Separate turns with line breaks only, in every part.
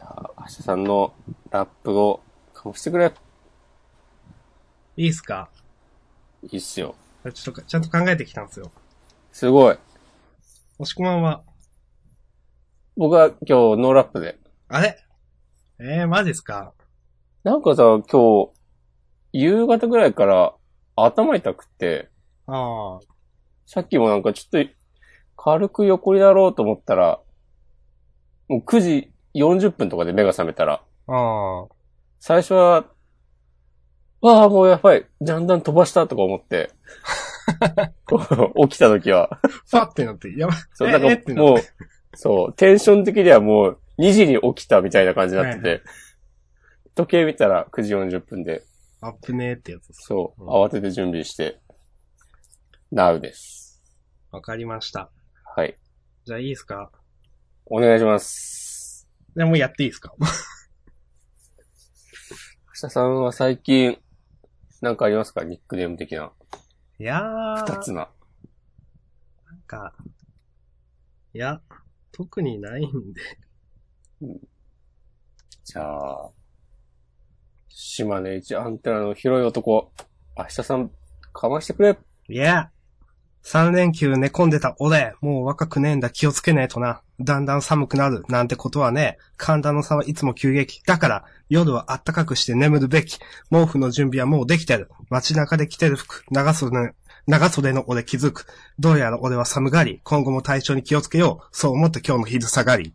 橋さんのラップをかましてくれ。
いいっすか
いいっすよ。
ちょっと、ちゃんと考えてきたんですよ。
すごい。
押し込まんは、
僕は今日ノーラップで。
あれえー、マジっすか
なんかさ、今日、夕方ぐらいから頭痛くて、
ああ、
さっきもなんかちょっと軽く横になろうと思ったら、もう9時40分とかで目が覚めたら、
ああ、
最初は、わあ、もうやばい、だんだん飛ばしたとか思って、こう起きた時は、
ファってなって、やばい。
そう、
え
なん
えっ
か
てな
も
っ
う、そう、テンション的にはもう2時に起きたみたいな感じになって
は
て、時計見たら9時40分で、
アップねーってやつです。
そう、
うん
慌てて準備して、Now です。
わかりました。
はい。
じゃあいいっすか
お願いします。
じゃあもうやっていいっすか
明日さんは最近、なんかありますかニックネーム的な。
いやー、
二つな。
なんか、いや、特にないんで。
じゃあ、島根一アンテナの広い男、明日さん、かましてくれ。
いや、3連休寝込んでた俺、もう若くねえんだ気をつけねえとな。だんだん寒くなるなんてことはねえ。寒暖の差はいつも急激。だから、夜は暖かくして眠るべき。毛布の準備はもうできてる。街中で着てる服、長袖の、長袖の俺気づく。どうやら俺は寒がり。今後も体調に気をつけよう。そう思って今日の昼下がり。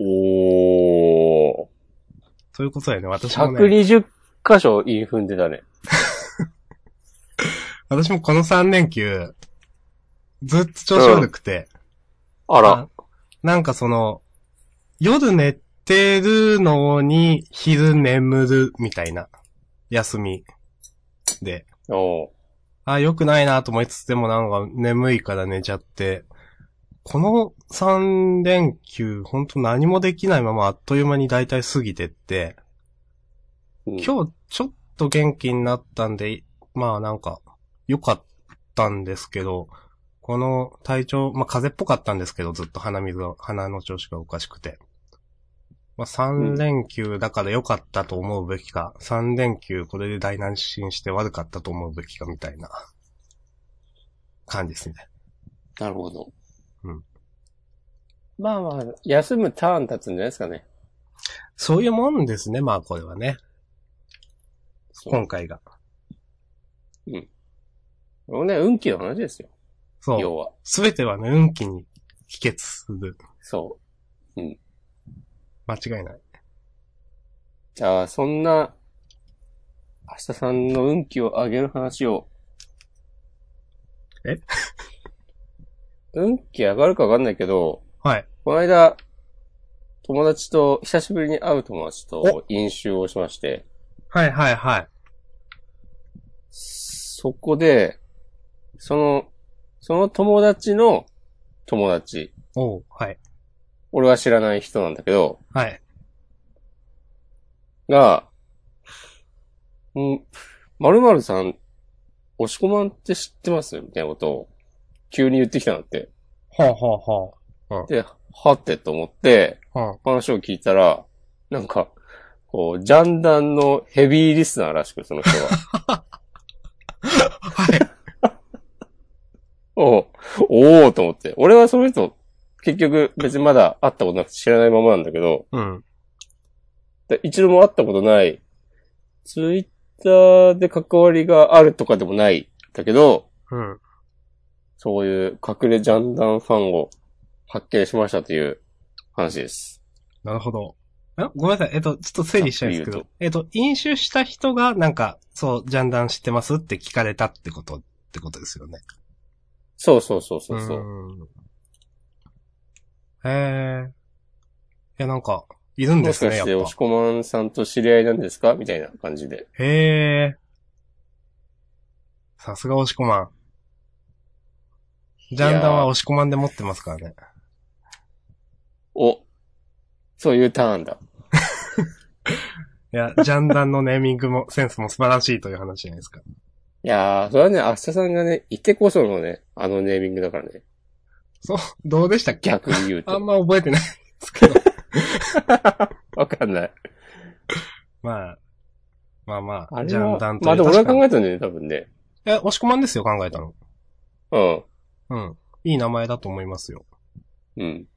おー。
ということだよね、私もね。
120箇所イン踏んでたね。
私もこの3連休、ずっと調子悪くて。
あら
あ。なんかその、夜寝てるのに昼眠るみたいな休みで、
おー
あ、良くないなと思いつつでもなんか眠いから寝ちゃって、この3連休ほんと何もできないままあっという間に大体過ぎてって、
うん
今日ちょっと元気になったんで、まあなんか良かったんですけど、この体調、まあ風邪っぽかったんですけど、ずっと鼻水が、鼻の調子がおかしくて。まあ3連休だから良かったと思うべきか、3連休これで大難進して悪かったと思うべきかみたいな感じですね。
なるほど。
うん。
まあまあ、休むターン経つんじゃないですかね。
そういうもんですね、まあこれはね、
そう
今回が。
これもね、運気の話ですよ。
そう。
要は。
すべてはね、運気に帰結する。
そう。
間違いない。
じゃあ、そんな、明日さんの運気を上げる話を。
え
運気上がるかわかんないけど、
はい。
この間、友達と、久しぶりに会う友達と飲酒をしまして、
はいはいはい。
そこで、その、その友達の友達、
おう、はい。
俺は知らない人なんだけど、
はい。
が、ん、〇〇さん、押し込まんって知ってますみたいなことを、急に言ってきたんだって。
ほうほうほ
で、はってと思って、
う。うん。
話を聞いたら、なんか、こう、ジャンダンのヘビーリスナーらしく、その人は。
はい。
おうおおと思って。俺はその人、結局、別にまだ会ったことなくて知らないままなんだけど、
うん。
で一度も会ったことない、ツイッターで関わりがあるとかでもない、だけど、
うん。
そういう隠れジャンダンファンを発見しましたという話です。
なるほど。あごめんなさい。えっと、ちょっと整理したいんですけ
ざっ
ど
く。
えっと、飲酒した人が、なんか、そう、ジャンダン知ってますって聞かれたってこと、ってことですよね。
そうそうそうそうそう。
うーん。へえ。いや、なんか、いるん
も
で
し
す
か
ね、や
し、
って
押し込まんさんと知り合いなんですかみたいな感じで。
ぱ。へえ。さすが押し込まん。ジャンダンは押し込まんで持ってますからね。
お、そういうターンだ。
いや、ジャンダンのネーミングも、センスも素晴らしいという話じゃないですか。
いやー、それはね、明日さんがね、いてこそのね、あのネーミングだからね。
そう、どうでしたっけ
逆に言う
あん
と。
ま覚えてないですけ
わかんない。
まあ、まあま
あ
あ、
れ
ジャンダ
は
ン、と
まあでも俺は
確
考
か
えたんだよね、多分ね。
にいや、押し込まんですよ、考えたの。
うん。
うん。いい名前だと思いますよ。
うん。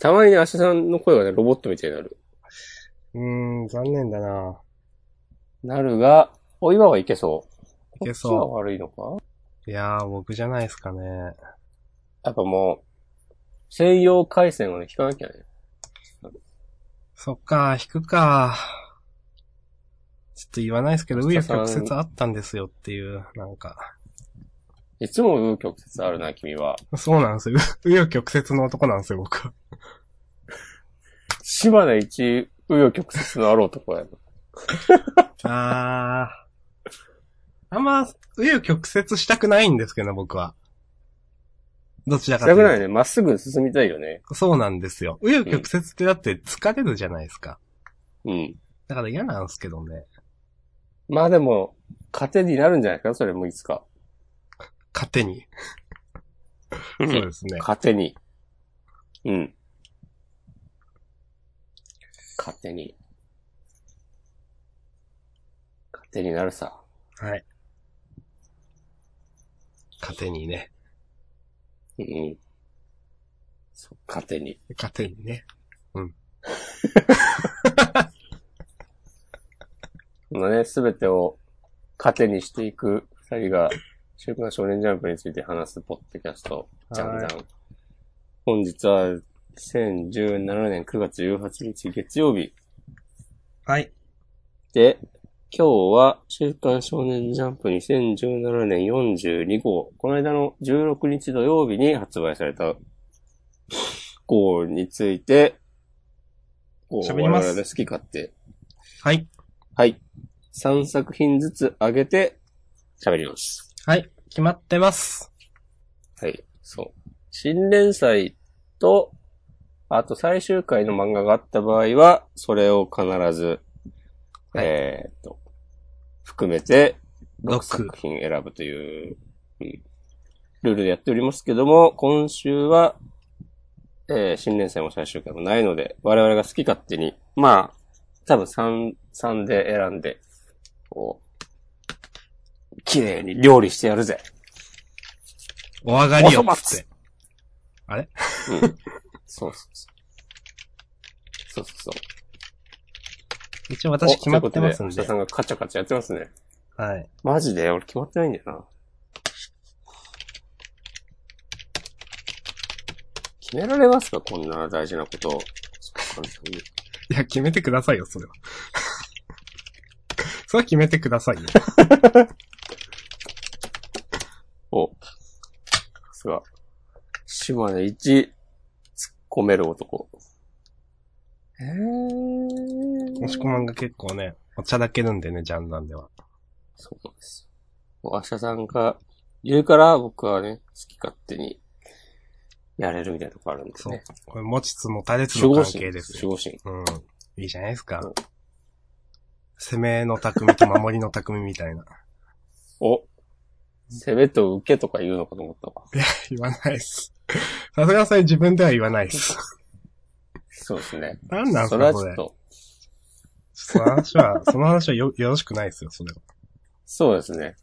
たまにね、アシさんの声がね、ロボットみたいになる。
うーん、残念だな
なるが、お岩はいけそう。
いけそう
こっちは悪いのか
いやー、僕じゃないですかね。
やっぱもう、専用回線をね、引かなきゃね。
そっか、引くか。ちょっと言わないですけど、
明
紆
日
余
さん
曲折あったんですよっていう、なんか。
いつも紆余曲折あるな、君は。
そうなんですよ。紆余曲折の男なんですよ、僕。
島根一紆余曲折のあろうとこやな。
あー。あんま、紆余曲折したくないんですけどね、僕は。どちらかと
辛
い
く
うと。
ないね。まっすぐ進みたいよね。
そうなんですよ。紆余曲折ってだって疲れるじゃないですか。
うん。
だから嫌なんですけどね。
まあでも、糧になるんじゃないかなそれもいつか。
勝手に。そうですね。
糧に。うん。糧に。糧になるさ。
はい。勝手にね。
うんうん。そう、糧に。
勝手にね。
このね、すべてを糧にしていく二人が、週刊少年ジャンプについて話すポッドキャスト、ジャンダン。本日は、2017年9月18日月曜日
はい。
で、今日は、週刊少年ジャンプ2017年42号、この間の16日土曜日に発売された号について、こう
喋ります
我々の好き勝手
はい。
はい。3作品ずつ上げて喋ります。
はい。決まってます。
はい。そう。新連載と、あと最終回の漫画があった場合は、それを必ず、
はい
えーっと、含めて
六
6作品選ぶという、うんルールでやっておりますけども、今週は、えー新連載も最終回もないので、我々が好き勝手に、まあ、多分3、3で選んで、こう、綺麗に料理してやるぜ。
お上がりよ
おそば
っ
っ
つって
つ。
あれ
うん。そうそうそう。そうそうそう。
一応私決まってますん
おということで明日
で
さ。んがカチャカチャやってますね。
はい。
マジで俺決まってないんだよな。決められますかこんな大事なことを。簡単に
いや、決めてくださいよ、それは。 それは決めてくださいよ。
お。さすが。島根一、突っ込める男。え
押し込まんが結構ね、お茶だけるんでね、ジャンダンでは。
そうなんですよ。もう明日さんが言うから僕はね、好き勝手にやれるみたいなとこあるんです
そう
ね。。
これ持ちつ持たれつの
守護
関
神
係ですよ。
守護神。
うん。いいじゃないですか
そう。
攻めの匠と守りの匠みたいな。
お。攻めと受けとか言うのかと思ったわ。
言わないっす。さすがにそれ自分では言わないっす。
そうですね。
なんなんす
それ
か、
は
そ
ちょ
れ
っ。と、
その話は、その話はよ、 よろしくないっすよ、それ
そうですね。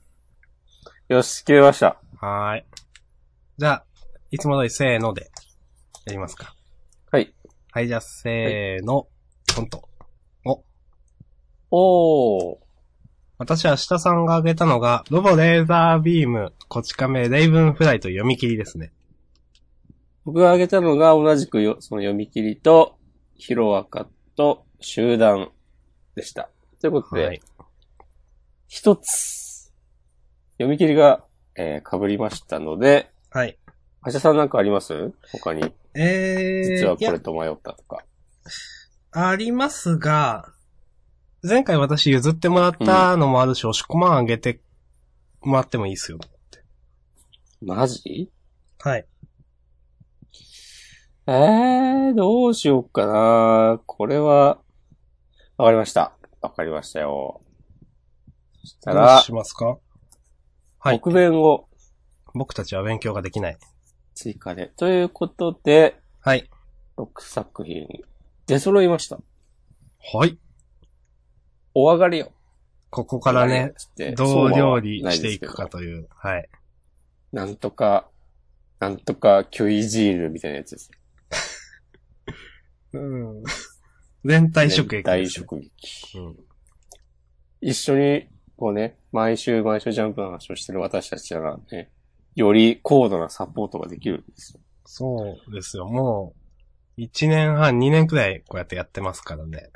よし、決めました。
は。はーい。じゃあ、いつも通りせーので、やりますか。
はい。
はい、じゃあ、せーの、ほんと。
おー。
私は下さんが挙げたのが、ロボレーザービーム、コチカメ、レイブンフライと読み切りですね。
僕が挙げたのが同じくよ、その読み切りと、ヒロアカと集団でした。ということ
は
で
い、。
一、つ、読み切りが、えー被りましたので、
はい。
橋田さんなんかあります他に。
えー、
実はい
や
これと迷ったとか。
ありますが、前回私譲ってもらったのもあるし、押し込まんあげてもらってもいいですよ。
マジ
はい。
えー、どうしようかな。これは、わかりました。わかりましたよ。そした
ど
ら
う、しますかはい。
北弁を
僕たちは勉強ができない。
追加で。ということで、
はい。
6作品出揃いました。
はい。
お上がりよ。
ここか
お
ら
上がりよ
ね、
つって
どう料理
そうはない
し
んで
てい
すけど
くかという。はい。
なんとか、なんとか、キュイジーヌみたいなやつです。
うん。全体食液
大
ですね。
食撃。
うん。
一緒に、こうね、毎週毎週ジャンプの話をしてる私たちならね、より高度なサポートができるんですよ。
そうですよ。もう、1年半、2年くらいこうやってやってますからね。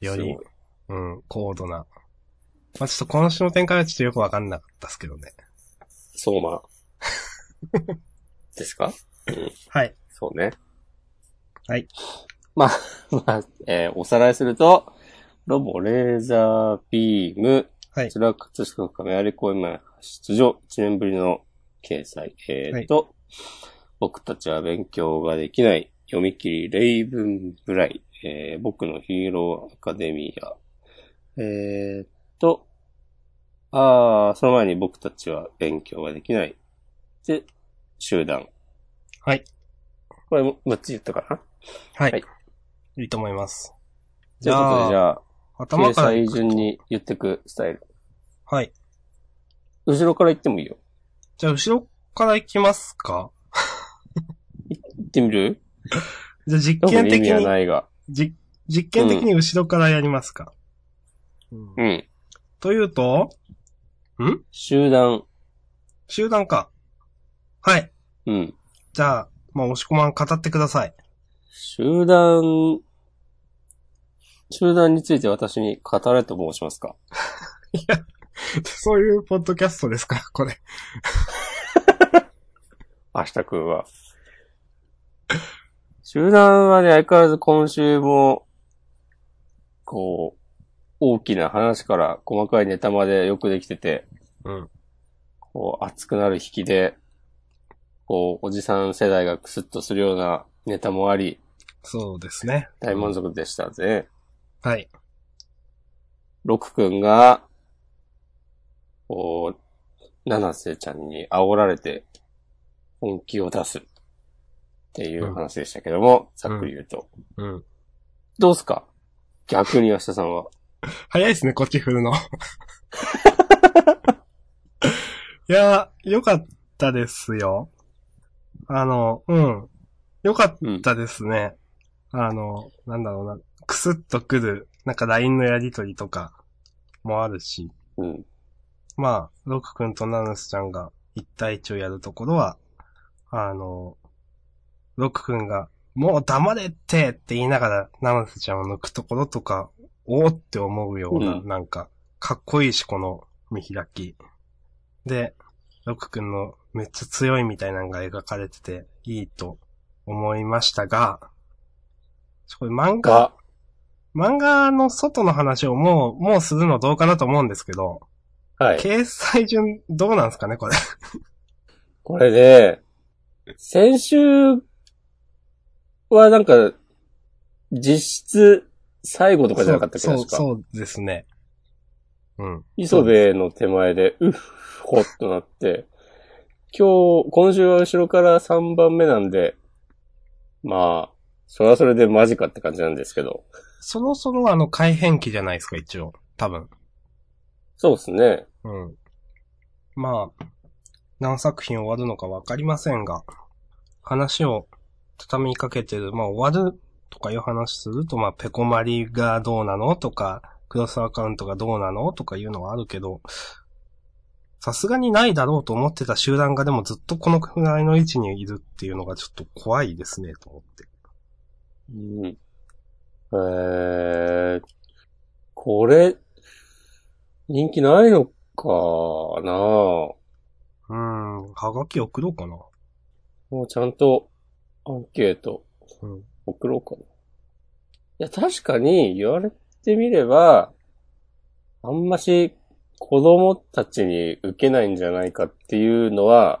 よ
す
り
ごい、
うん、高度な。まあ、ちょっと今週の展開はちょっとよくわかんなかったですけどね。
相馬。 ですか
はい。
そうね。
はい。
まあ、 まあ、えーおさらいすると、ロボ、レーザー、ビーム、
はい
そ。れは葛飾区亀有公園前出場、1年ぶりの掲載。えー、と、僕たちは勉強ができない、読み切り、レイブンブライ、えー僕のヒーローアカデミア。えー、と、あー、その前に僕たちは勉強ができない。で、集団。
はい。
これも6つ言ったかな
はい。、
はい
いと思います。
ということで、じ
あ、
ゃあ、
頭
掲
からい
載
く
順に言ってくスタイル。
はい。
後ろから言ってもいいよ。
じゃあ、後ろから行きますか
言ってみる
じゃあ、実
特
験
に意
的
味は
に、
ないが。
じ実験的に後ろからやりますか、うん
うん。
というと、
集団。
集団か。はい。
うん。
じゃあ、まあ、押し込まん語ってください。
集団、集団について私に語れと申しますか。
そういうポッドキャストですから、これ。
明日くんは。集団はね、相変わらず今週も、こう、大きな話から細かいネタまでよくできてて、
うん。
こう、熱くなる引きで、こう、おじさん世代がクスッとするようなネタもあり、
そうですね。
大満足でしたぜ。
はい。
ロクくんが、こう、七瀬ちゃんに煽られて、本気を出す。っていう話でしたけども、ざっくり言うと。
うん。
どうすか逆に明日さんは。
早いですね、こっち振るの。 いやー、よかったですよ。あの、うん。よかったですね。あの、なんだろうな。くすっとくる、なんか LINE のやりとりとかもあるし。
うん。
まあ、ロク君とナヌスちゃんが一対一をやるところは、あの、ロク君が、もう黙れってって言いながら、ナヌスちゃんを抜くところとか、おーって思うような、
う
なんか、かっこいいし、この見開き。で、ロク君のめっちゃ強いみたいなのが描かれてて、いいと思いましたが、これ漫画、
が、
漫画の外の話をもう、もうするのどうかなと思うんですけど、
はい。
掲載順、どうなんですかね、これ。
これで、先週はなんか、実質最後とかじゃなかったっけ
そう
ど
そう、そうですね。うん。
磯部の手前で、うっほっとなって、今日、今週は後ろから3番目なんで、まあ、それはそれでマジかって感じなんですけど。
そろそろあの、改変期じゃないですか、一応。多分。
そうですね。
うん。まあ、何作品終わるのかわかりませんが、話を畳みかけてる、まあ終わるとかいう話すると、まあペコマリがどうなのとか、クロスアカウントがどうなのとかいうのはあるけど、さすがにないだろうと思ってた集団がでもずっとこのくらいの位置にいるっていうのがちょっと怖いですね、と思って。
うん。えー、これ、人気ないのかなも
うーん、はがき送ろうかな。
うちゃんとアンケート
うん。
送ろうかな。いや、確かに言われてみれば、あんまし子供たちに受けないんじゃないかっていうのは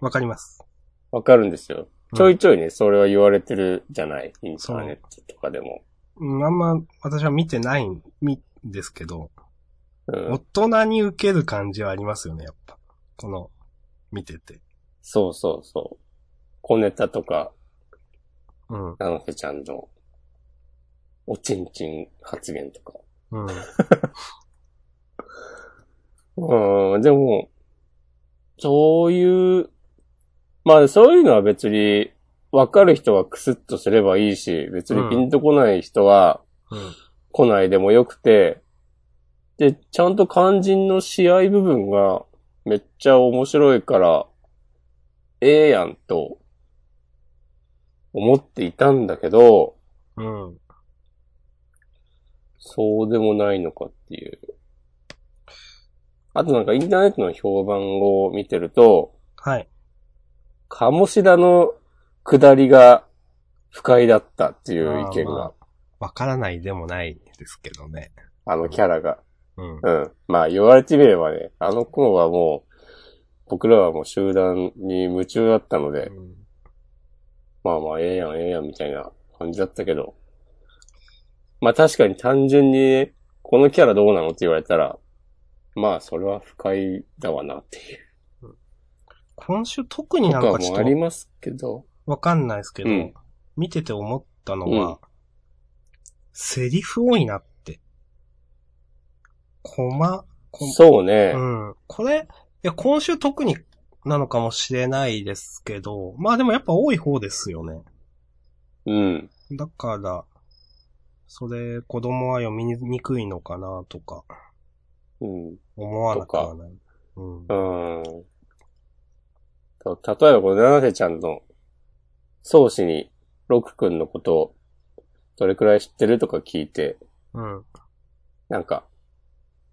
わかります。
わかるんですよ。
うん
ちょいちょいね、それは言われてるじゃない。インターネットとかでも。
うん、あんま私は見てないんみですけど、
うん
大人に受ける感じはありますよね、やっぱ。この、見てて。
そうそうそう。小ネタとか、
うん。
ナノフェちゃんの、おちんちん発言とか。
うん。
うん、でも、そういう、まあそういうのは別に、わかる人はクスッとすればいいし、別にピンとこない人は
うん。
来ないでもよくて、で、ちゃんと肝心の試合部分がめっちゃ面白いから、ええやんと、思っていたんだけど、
うん。
そうでもないのかっていう。あとなんかインターネットの評判を見てると、
はい。
鴨志田の下りが不快だったっていう意見
まあ
が、
まあわからないでもないですけどね。
あのキャラが。
うん。
うん。まあ言われてみればね、あの頃はもう、僕らはもう集団に夢中だったので、まあまあええやんええやんみたいな感じだったけど、まあ確かに単純にね、このキャラどうなのって言われたら、まあそれは不快だわなっていう。
今週特になん
と
か
か
ちょ
も
っ
あ
と
りますけど。
わかんないですけど、
うん
見てて思ったの
う
は、
ん
セリフ多いなって。コマ、こ
そうね。
うん。これ、いや、今週特になのかもしれないですけど、まあでもやっぱ多い方ですよね。
うん。
だから、それ、子供は読みにくいのかなとか、
うん。
思わなくはない。うん。
うん。と例えばこの七瀬ちゃんの、宗師に、ロク君のことを、どれくらい知ってるとか聞いて、
うん。
なんか、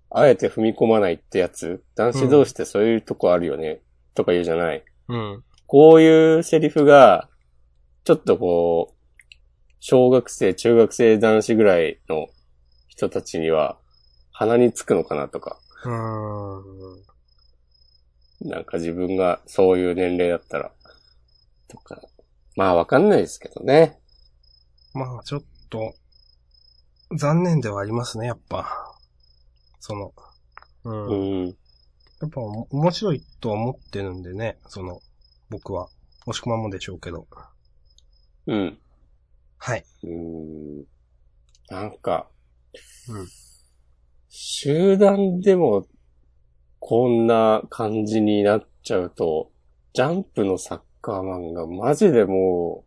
あえて踏み込まないってやつ男子同士ってそういうとこあるよね、とか言うじゃない。
うん。
こういうセリフが、ちょっとこう、小学生、中学生男子ぐらいの人たちには鼻につくのかなとか、
うん。
なんか自分がそういう年齢だったら、とか。まあわかんないですけどね。
まあ、ちょっと、残念ではありますね、やっぱ。その、うん。
う
や
ん。
っぱ、お面白いとは思ってるんでね、その、僕は。もしくはもでしょうけど。
うん。
はい。
うん。なんか、
うん
集団でもこんな感じになっちゃうと、ジャンプのサッカー漫画マジでも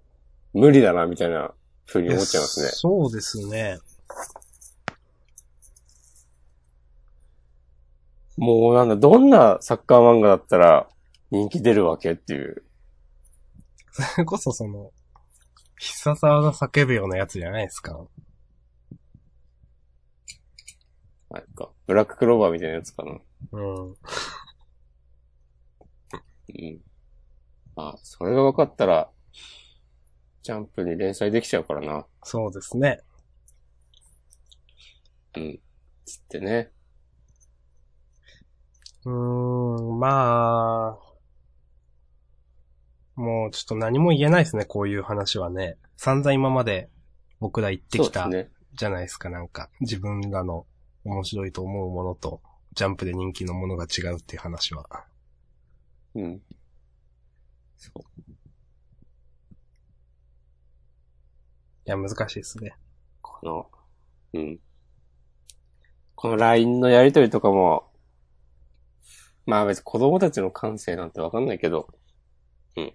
う無理だなみたいな風に思っちゃいますね
や。そうですね。
もうなんだ、どんなサッカー漫画だったら人気出るわけっていう。
それこそその、必殺技叫ぶようなやつじゃないですか。
なんか、ブラッククローバーみたいなやつかな。
うん。
うん。あ、それが分かったら、ジャンプに連載できちゃうからな。
そうですね。
つってね。
うーん、まあ、もうちょっと何も言えないですね、こういう話はね。散々今まで僕ら言って
そう
きた
ですね。
じゃないですか、なんか。自分らの面白いと思うものと、ジャンプで人気のものが違うっていう話は。
うん。そう。
いや、難しいですね。
この、うん。この LINE のやりとりとかも、まあ別に子供たちの感性なんて分かんないけど、うん。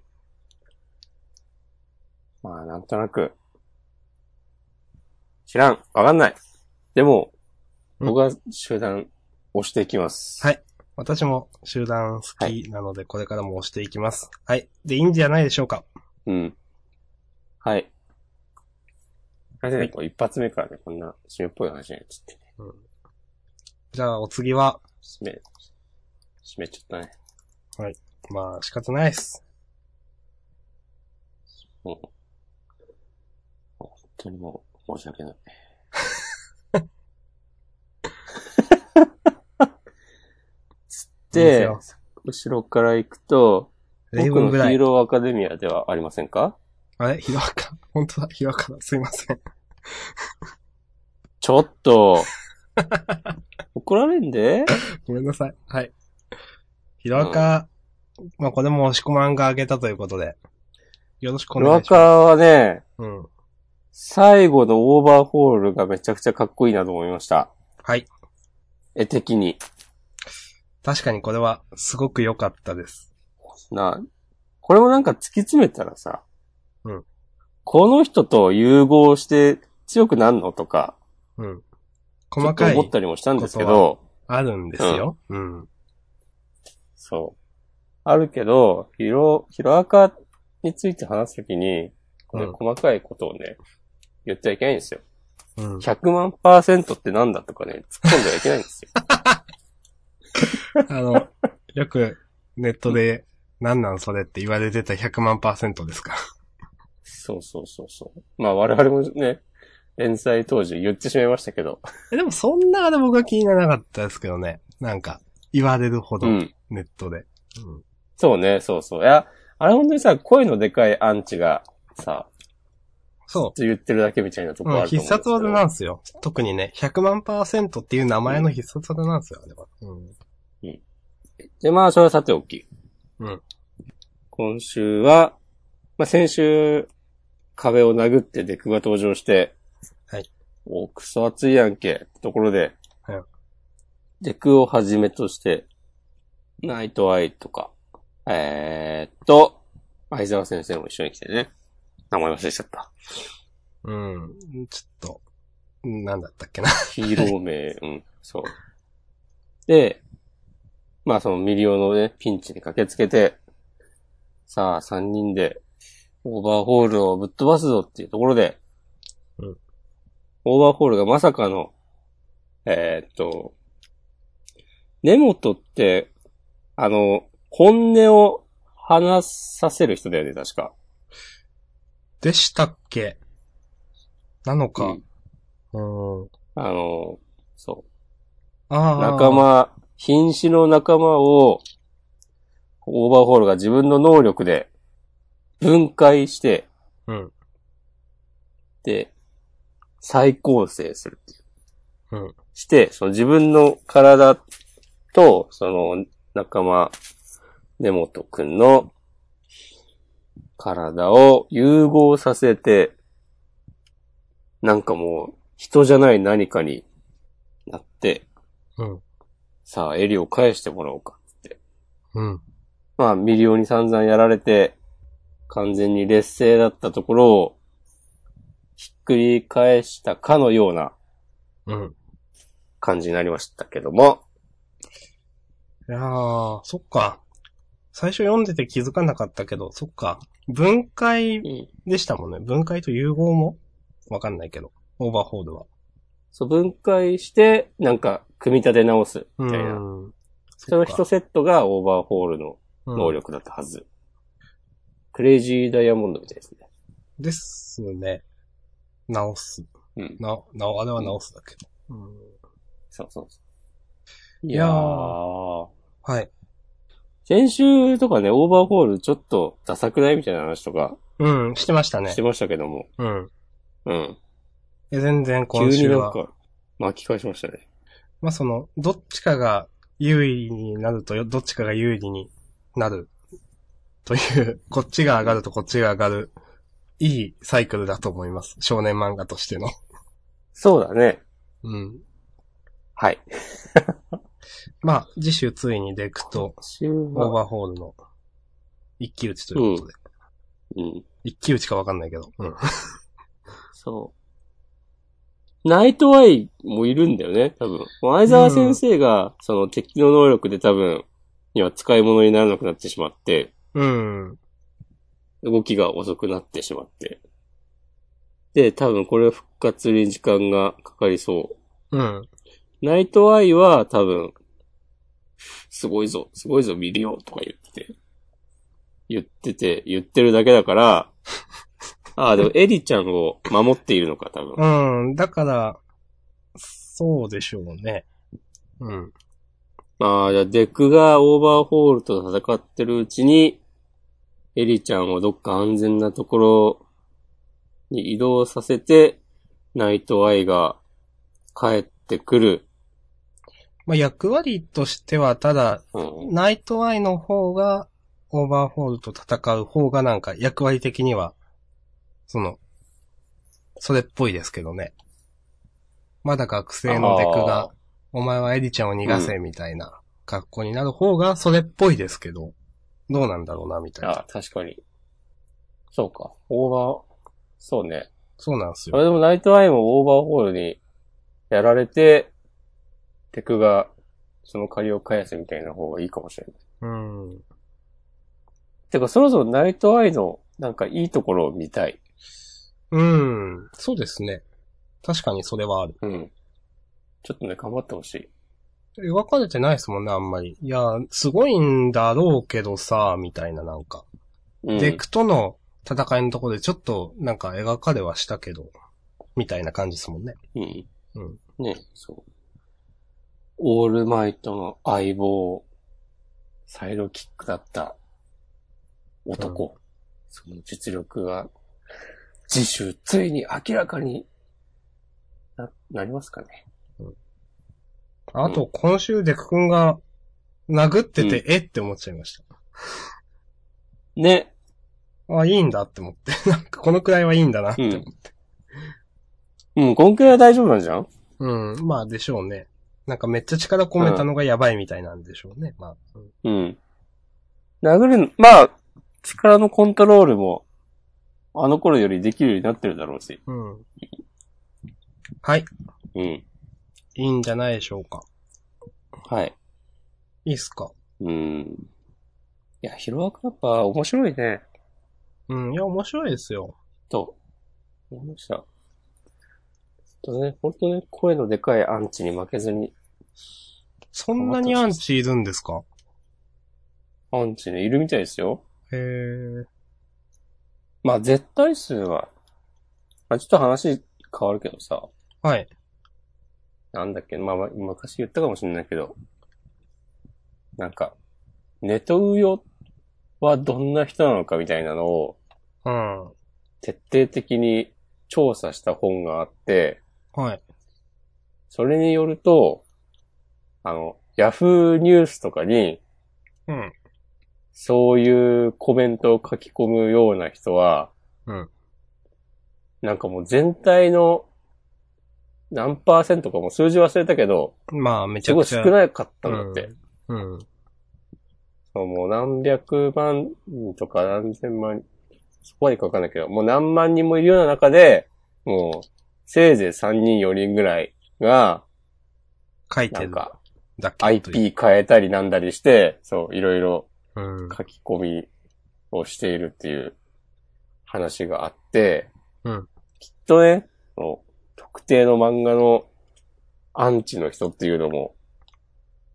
まあなんとなく、知らん。分かんない。でも、
うん
僕は集団押していきます。
はい私も集団好きなので、これからも押していきます。はい。で、いいんじゃないでしょうか。
うん。はい。あれだ
は
ね、
い
こう一発目からね、こんな締めっぽい話になっちゃってね。
じゃあ、お次は、
締め、締めちゃったね。
まあ、仕方ないです。
もう。本当にもう、申し訳ない。つって
いいで、
後ろから行くと、
レイ
僕のヒ
ブンぐら
ー
い。
ローアカデミアではありませんか
あれひわか。本当だ、ひわかだ。すいません。
ちょっ と、怒られんで
ごめんなさい。はい。ひわか、まあ、これも押し込まんがあげたということで、よろしくお
ロ
願
ア
いしま
カはね、
うん。
最後のオーバーホールがめちゃくちゃかっこいいなと思いました。
はい。
絵的に。
確かにこれはすごく良かったです。
な、これもなんか突き詰めたらさ、
うん
この人と融合して強くなるのとか、
うん。
ちょっ
細
と
かい
思ったりもしたんですけど、
あるんですよ。うん。
そう。あるけど、ヒロ、ヒロアカについて話すときに、これ
うん
細かいことをね、言ってはいけないんですよ。
うん。
100万パーセントってなんだとかね、突っ込んではいけないんですよ。
あの、 よくネットで、なんなんそれって言われてた100万パーセントですか。
そうそうそうそう。まあ我々もね、連載当時言ってしまいましたけど。
えでもそんなあれ僕は気にならなかったですけどね。なんか、言われるほど、
うん。
ネットで。
そうね、そうそう。いや、あれ本当にさ、声のでかいアンチがさ、
そ
言ってるだけみたいなと
う。
ころ
う
あ
ん、
ると思うんで
必
すけ
殺
ど、
技なんですよ。特にね、100万パーセントっていう名前の必殺技なんですよ、あれは。う
で、まあ、それはさておき。
うん。
今週は、まあ、先週、壁を殴ってデクが登場して、
はい。
お、クソ熱いやんけ、ってところで、
はい
デクをはじめとして、ナイトアイとか、えーっと、相沢先生も一緒に来てね。名前忘れちゃった。
ん。うん。ちょっと、なんだったっけな。
ヒーロー名、うん、そう。で、まあそのミリオのね、ピンチに駆けつけて、さあ三人でオーバーホールをぶっ飛ばすぞっていうところで、
うん
オーバーホールがまさかの、えーっと、根本って、あの、本音を話させる人だよね、確か。
でしたっけなの
う
か
ん。
うん。
あの、そう。
ああ。
仲。間、瀕死の仲間を、オーバーホールが自分の能力で分解して、
うん。
で、再構成するっていう。
うん。
して、その自分の体と、その仲間、根本くんの体を融合させて、なんかもう人じゃない何かになって、
うん。
さあ、エリを返してもらおうかって。
うん。
まあ、ミリオに散々やられて、完全に劣勢だったところを、ひっくり返したかのような
うん。
感じになりましたけども。
いやー、そっか。最初読んでて気づかなかったけど、そっか。分解
うん。
でしたもんね。分解と融合もわかんないけど。オーバーホールは。
そう、分解して、なんか、組み立て直す。
う
みたいな。
ん。
その
っか
一セットがオーバーホールの能。力だったはず。クレイジーダイヤモンドみたいですね。
うんですね。直す。
うん。
な、な、あれは直すだけど。うん。
そうそうそう。い
い
や
やー
ー。
はい。
先週とかね、オーバーホールちょっとダサくないみたいな話とか
うん、してましたね
して。ましたけども。
うん。
うん。
え全然
急
今
に
週
なん
は。
か、巻き返しましたね。
まあ、その、どっちかが優位になるとよ、どっちかが優位になる。という、 こっちが上がるとこっちが上がる。いいサイクルだと思います。少年漫画としての。
そうだね。
うん。
はい。
まあ、次週ついにデクと
週
オー
は、
バーホールの一騎打ちということで。
うん。
一騎打ちかわかんないけど。うん。
そう。ナイトアイもいるんだよね、多分。前澤先生が、その敵の能力で多分、には使い物にならなくなってしまって、
うん。
動きが遅くなってしまって。で、多分これ復活に時間がかかりそう。
うん。
ナイトアイは多分、すごいぞ、すごいぞ、見るよ、とか言って、言ってて、言ってるだけだ から、ああ、でもエリちゃんを守っているのか、多分。
うん。だから、そうでしょうね。うん。
ああ、じゃあデクがオーバーホールと戦ってるうちに、エリちゃんをどっか安全なところに移動させて、ナイトアイが帰ってくる。
まあ、役割としては、ただ、
うん
ナイトアイの方が、オーバーホールと戦う方がなんか役割的には、その、それっぽいですけどね。まだ学生のデク
あー
が、お前はエリちゃんを逃がせ、みたいな格好になる方がそれっぽいですけど、どうなんだろうな、みたいな。
あ、確かに。そうか。オーバー、そうね。
そうなんです
そ
よ。
れでもナイトアイもオーバーホールにやられて、テクがその借りを返すみたいな方がいいかもしれない。
うん。
てか、そろそろナイトアイのなんかいいところを見たい。
うん。そうですね。確かにそれはある。
うん。ちょっとね、頑張ってほしい。
描かれてないですもんね、あんまり。いや、すごいんだろうけどさ、みたいななんか。
うん、
デクとの戦いのところでちょっとなんか描かれはしたけど、みたいな感じですもんね。
うん。
うん
ね、そう。オールマイトの相棒、サイドキックだった男。その実力が、次週ついに明らかにな、なりますかね。
あと、今週デク君が殴ってて、えって思っちゃいまし
ね。
た。あ、いいんだって思って。 なんかこのくらいはいいんだなって思って。
うん、こんくらいは大丈夫なんじゃん
うん、まあでしょうね。なんかめっちゃ力込めたのがやばいみたいなんでしょうね。まあ、うん
うん。殴る、まあ、力のコントロールも、あの頃よりできるようになってるだろうし。
うん。はい。
うん。
いいんじゃないでしょうか。
はい。
いいっすか。
うん。いや、ヒロアカやっぱ面白いね。
うん、いや、面白いですよ。
と、思いました。ちょっとね、本当ね、声のでかいアンチに負けずに、
そんなにアンチいるんですか
アンチね、いるみたいですよ。
へー。
まあ、絶対数は、まあ、ちょっと話変わるけどさ、
はい。
なんだっけ、まあ、まあ昔言ったかもしれないけど、なんか、ネトウヨはどんな人なのかみたいなのを
うん。
徹底的に調査した本があって、
はい。
それによると、あの、ヤフーニュースとかに、
うん。
そういうコメントを書き込むような人は、
うん
なんかもう全体の何パーセントかもう数字忘れたけど、
まあ、めち
す
ゃ
ご
く
い
ちゃ。
少なかったんだって。
うん。うん。
そうもう何百万人とか何千万人、そこまでかわかんないけど、もう何万人もいるような中で、もう、せいぜい3人4人ぐらいが、
書いて
なん
る
か、
だけ。
IP 変えたりなんだりして、そう、いろいろ
うん。
書き込みをしているっていう話があって、
うん
きっとね、その特定の漫画のアンチの人っていうのも、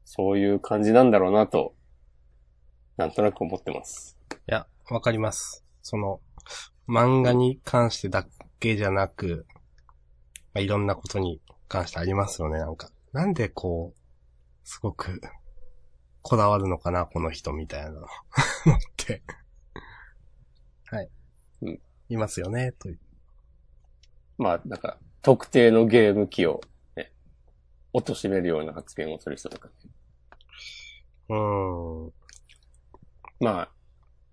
そういう感じなんだろうなと、なんとなく思ってます。
いや、わかります。その、漫画に関してだけじゃなく、まあ、いろんなことに関してありますよね、なんか。なんでこう、すごく、こだわるのかな、この人みたいなのって。はい。
うん
いますよね、という。
まあ、なんか、特定のゲーム機を、ね、貶めるような発言をする人とか、
うーん。
まあ、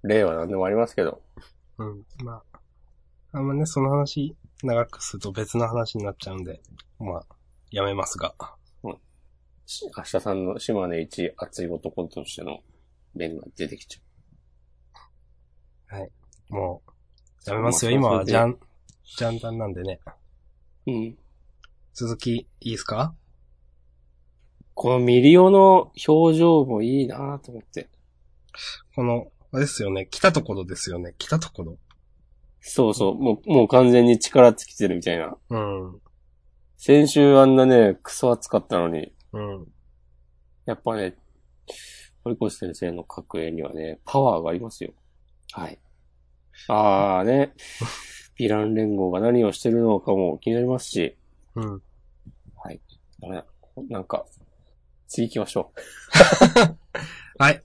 例は何でもありますけど、
うん。まあ、あんまね、その話、長くすると別の話になっちゃうんで、まあ、やめますが。
し明日さんの島根一熱い男としての面が出てきちゃ
もう、やめますよ。
まあ
今
そ
は
うで
ジャン、ジャンダンなんでね。
う。うん。
続き、いいですか
このミリオの表情もいいなと思って。
この、あれですよね。来たところですよね。来たところ。
そうそう、もう、もう完全に力尽きてるみたいな。
うん。
先週あんなね、クソ暑かったのに、
うん。
やっぱね、堀越先生の格絵にはね、パワーがありますよ。はい。あーね、ヴィラン連合が何をしてるのかも気になりますし、
うん。
ダメだなんか、次行きましょう。
はい。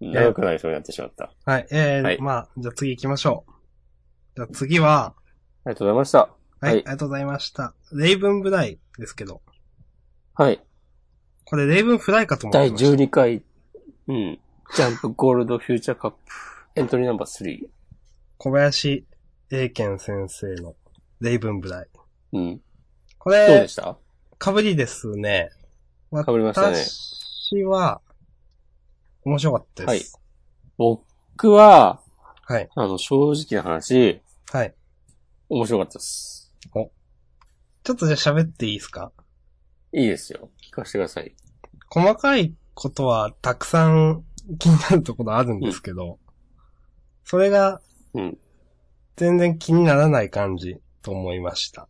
長くなりそうになってしまった。あ
はい。えー、
はい
まあ、じゃあ次行きましょう。じゃあ次は、
りがとうございました。
はい、
はい
ありがとうございました。レイブンブライですけど。
はい。
これレイブンフライかと思っ
第
てました。
12回、うん。ジャンプゴールドフューチャーカップ、エントリーナンバー3。
小林英健先生のレイブンブライ。
うん。
こ
どう
れ
で、した
かぶりですね。
被りましたね
私は、面白かったです。
僕は、
はい。
あの、正直な話、
はい。はい。
面白かったです。
ちょっとじゃあ喋っていいですか
いいですよ。聞かせてください。
細かいことはたくさん気になるところあるんですけど、それが
うん。
全然気にならない感じと思いました。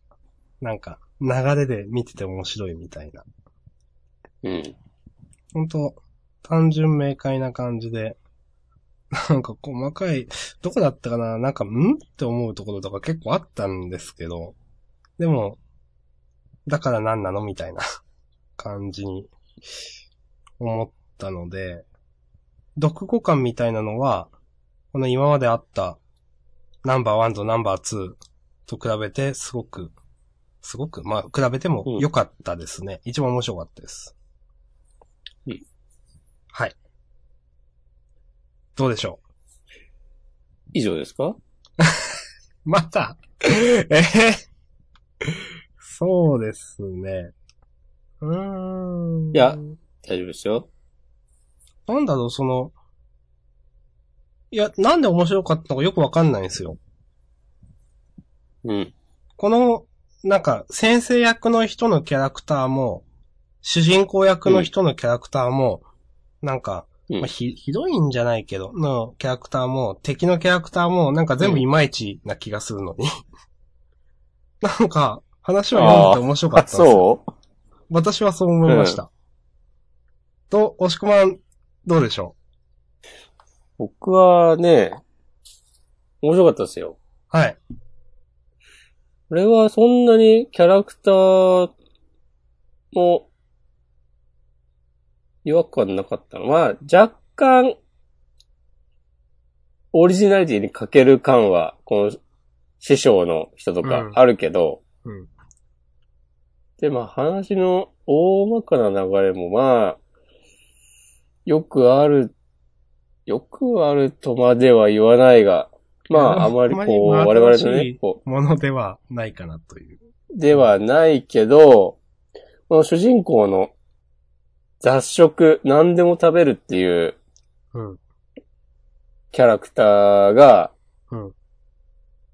なんか、流れで見てて面白いみたいな。
うん。
本当単純明快な感じで、なんか細かい、どこだったかななんか、んって思うところとか結構あったんですけど、でも、だから何なのみたいな感じに思ったので、読語感みたいなのは、この今まであったナンバーワンとナンバーツーと比べてすごく、すごく、まあ、比べても良かったですね。一番面白かったです。
うん
はい。どうでしょ
以上ですか
う またえへそうですね。うーん。
いや大丈夫ですよ。
なんだろう、その、いや、なんで面白かったのかよくわかんないんですよ。
うん。
この、なんか、先生役の人のキャラクターも、主人公役の人のキャラクターも、なんか、
うん
まあ、ひ、ひどいんじゃないけど、のキャラクターも、敵のキャラクターも、なんか全部いまいちな気がするのに。 なんか、話は読んでて面白か
あ、
ったんですよ。
そう
私はそう思いました。と、押し込まん、どうでしょ
僕はね、面白かったですよ。
うはい。
これはそんなにキャラクターも違和感なかったのは、若干オリジナリティに欠ける感は、この師匠の人と
う
か
ん
あるけど、
うん。
で、まあ話の大まかな流れもまあ、よくある、よくあるとまでは言わないが、まああまりこう、
あんま
我
り
々
真
の
新し
ね
い、
こう、
ものではないかなという。
ではないけど、この主人公の雑食、何でも食べるっていう
うん。
キャラクターが、
うん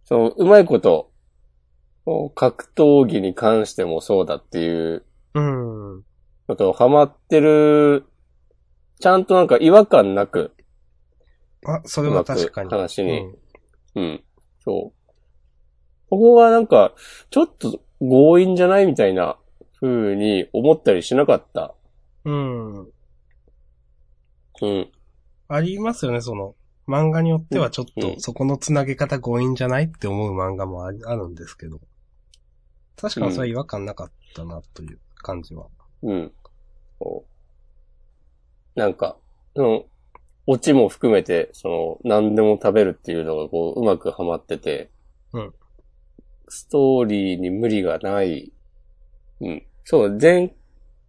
そのうまいこと、こう格闘技に関してもそうだっていう
うん。
ことをハマってる、ちゃんとなんか違和感なく、
あ、そうれは
まく
確かに。
話
う
に
ん
うん。そう。ここはなんか、ちょっと強引じゃないみたいな風に思ったりしなかった。
うん。
うん。
ありますよね、その、漫画によってはちょっ
うんう
と、
ん
そこの繋げ方強引じゃないって思う漫画もありあるんですけど。確かにそれは違和感なかったな、という感じは。
うん。こうなんか、その、オチも含めて、その、何でも食べるっていうのがこう、うまくはまってて、
うん。
ストーリーに無理がない。うん。そう、前、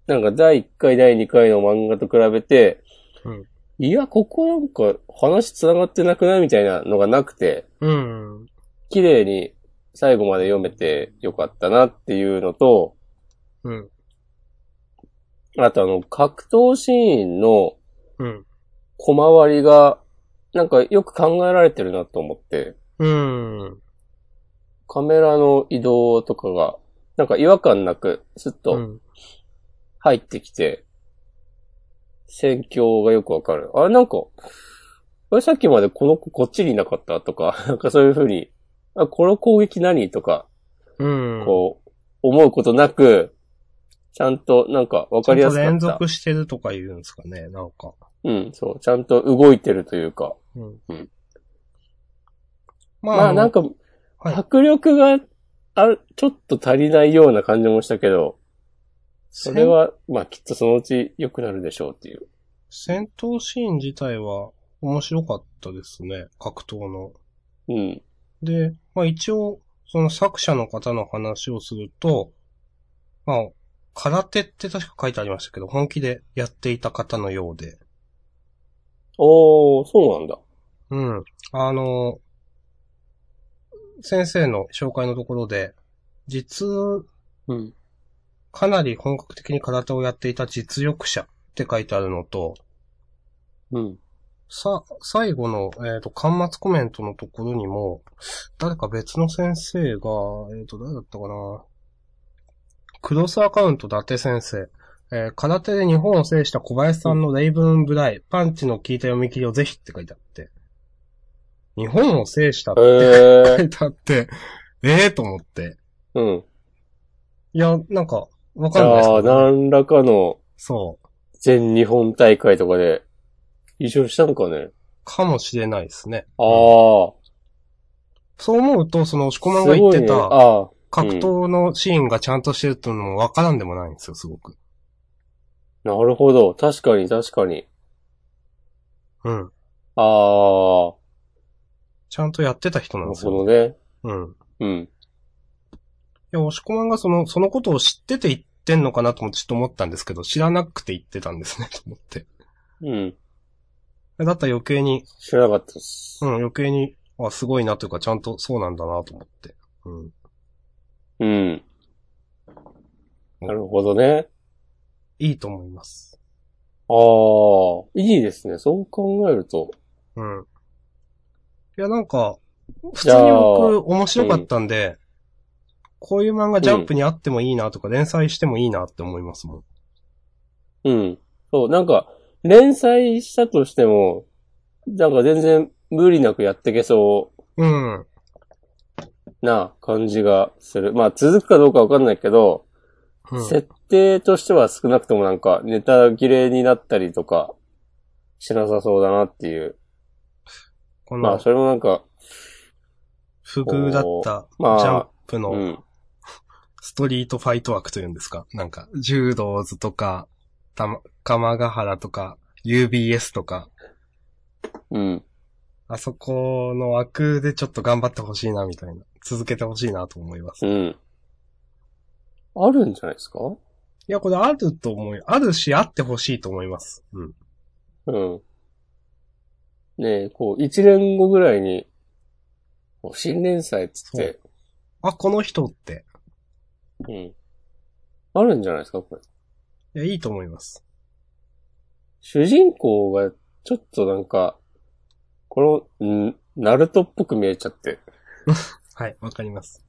なんか第1回、第2回の漫画と比べて、
うん
いや、ここなんか話繋がってなくないみたいなのがなくて、
うん。
綺麗に最後まで読めてよかったなっていうのと、
うん。
あとあの、格闘シーンの
うん。
小回りが、なんかよく考えられてるなと思って、
うん。
カメラの移動とかが、なんか違和感なく、スッ
う
と
ん。
入ってきて、戦況がよくわかる。あれなんか、あれさっきまでこの子こっちにいなかったとか、 なんかそういう風に、あ、この攻撃何とか、
うん。
こう、思うことなく、ちゃんとなんかわかり
ちゃ
や
ん
すかっ
と
た。
連続してるとか言うんですかね、なんか。
うん、そう。ちゃんと動いてるというか。
うん
うん。
ま
まあなん、か、
はい
迫力がある、ちょっと足りないような感じもしたけど、それは、まあきっとそのうち良くなるでしょうっていう。
戦闘シーン自体は面白かったですね、格闘の。
うん。
で、まあ一応、その作者の方の話をすると、まあ、空手って確か書いてありましたけど、本気でやっていた方のようで、
おー、そうなんだ。
うん。あの、先生の紹介のところで、実、
うん。
かなり本格的に空手をやっていた実力者って書いてあるのと、
うん。
さ、最後の、えっ、と、端末コメントのところにも、誰か別の先生が、えっ、と、誰だったかな。クロスアカウント伊達先生。えー空手で日本を制した小林さんのレイブンブライ、パンチの効いた読み切りをぜひって書いてあって。日本を制したって
へ
書
え。
いてあって、ええー、と思って。
うん。
いや、なんか、わかんないです
あ
け
あ、
ど、
何らかの
そう。
全日本大会とかで優勝したのかね。
かもしれないですね。
ああ。
そう思うと、その押し込まんが
す
言
ご
っ
い
て
ね。
た、
ああ。
格闘のシーンがちゃんとしてるっていうのもわからんでもないんですよ、すごく。
なるほど。確かに、確かに。
うん。
ああ。
ちゃんとやってた人
な
なん
る
です
ほど
よ。
ね。
うん。
うん。
いや、押し込まんがその、そのことを知ってて言ってんのかなともちょっと思ったんですけど、知らなくて言ってたんですね、 と思って。
うん。
だったら余計に、
知らなかったです。
うん、余計に、あ、すごいなというか、ちゃんとそうなんだなと思って。う
う
ん。
ん。なるほどね。
いいと思います。
ああ。いいですね。そう考えると。
うん。いや、なんか、普通
い
に
や
僕、面白かったんで、こういう漫画ジャンプにあってもいいなとか、連載してもいいなって思いますもん。
うん。そう、なんか、連載したとしても、なんか全然無理なくやってけそ
うん。
うな感じがする。まあ、続くかどうかわかんないけど、
うん
設定としては少なくともなんか、ネタ切れになったりとか、しなさそうだなっていう。
こ
まあ、
の
それもなんか、
不遇だった
まあ
ジャンプ
う
の
ん。
ストリートファイト枠というんですかなんか、柔道図とか、たま、鎌ヶ原とか、UBS とか、
うん。
あそこの枠でちょっと頑張ってほしいなみたいな。続けてほしいなと思います。
う
い
ん。あるんじゃないですか
や、これあると思い、あるし、あってほしいと思います。うん。
うん。ねえ、こう、一年後ぐらいに、こう新連載っつって、
あ、この人って。
うん。あるんじゃないですか、これ。
いや、いいと思います。
主人公が、ちょっとなんか、この、んナルトっぽく見えちゃって。
はい、わかり ます。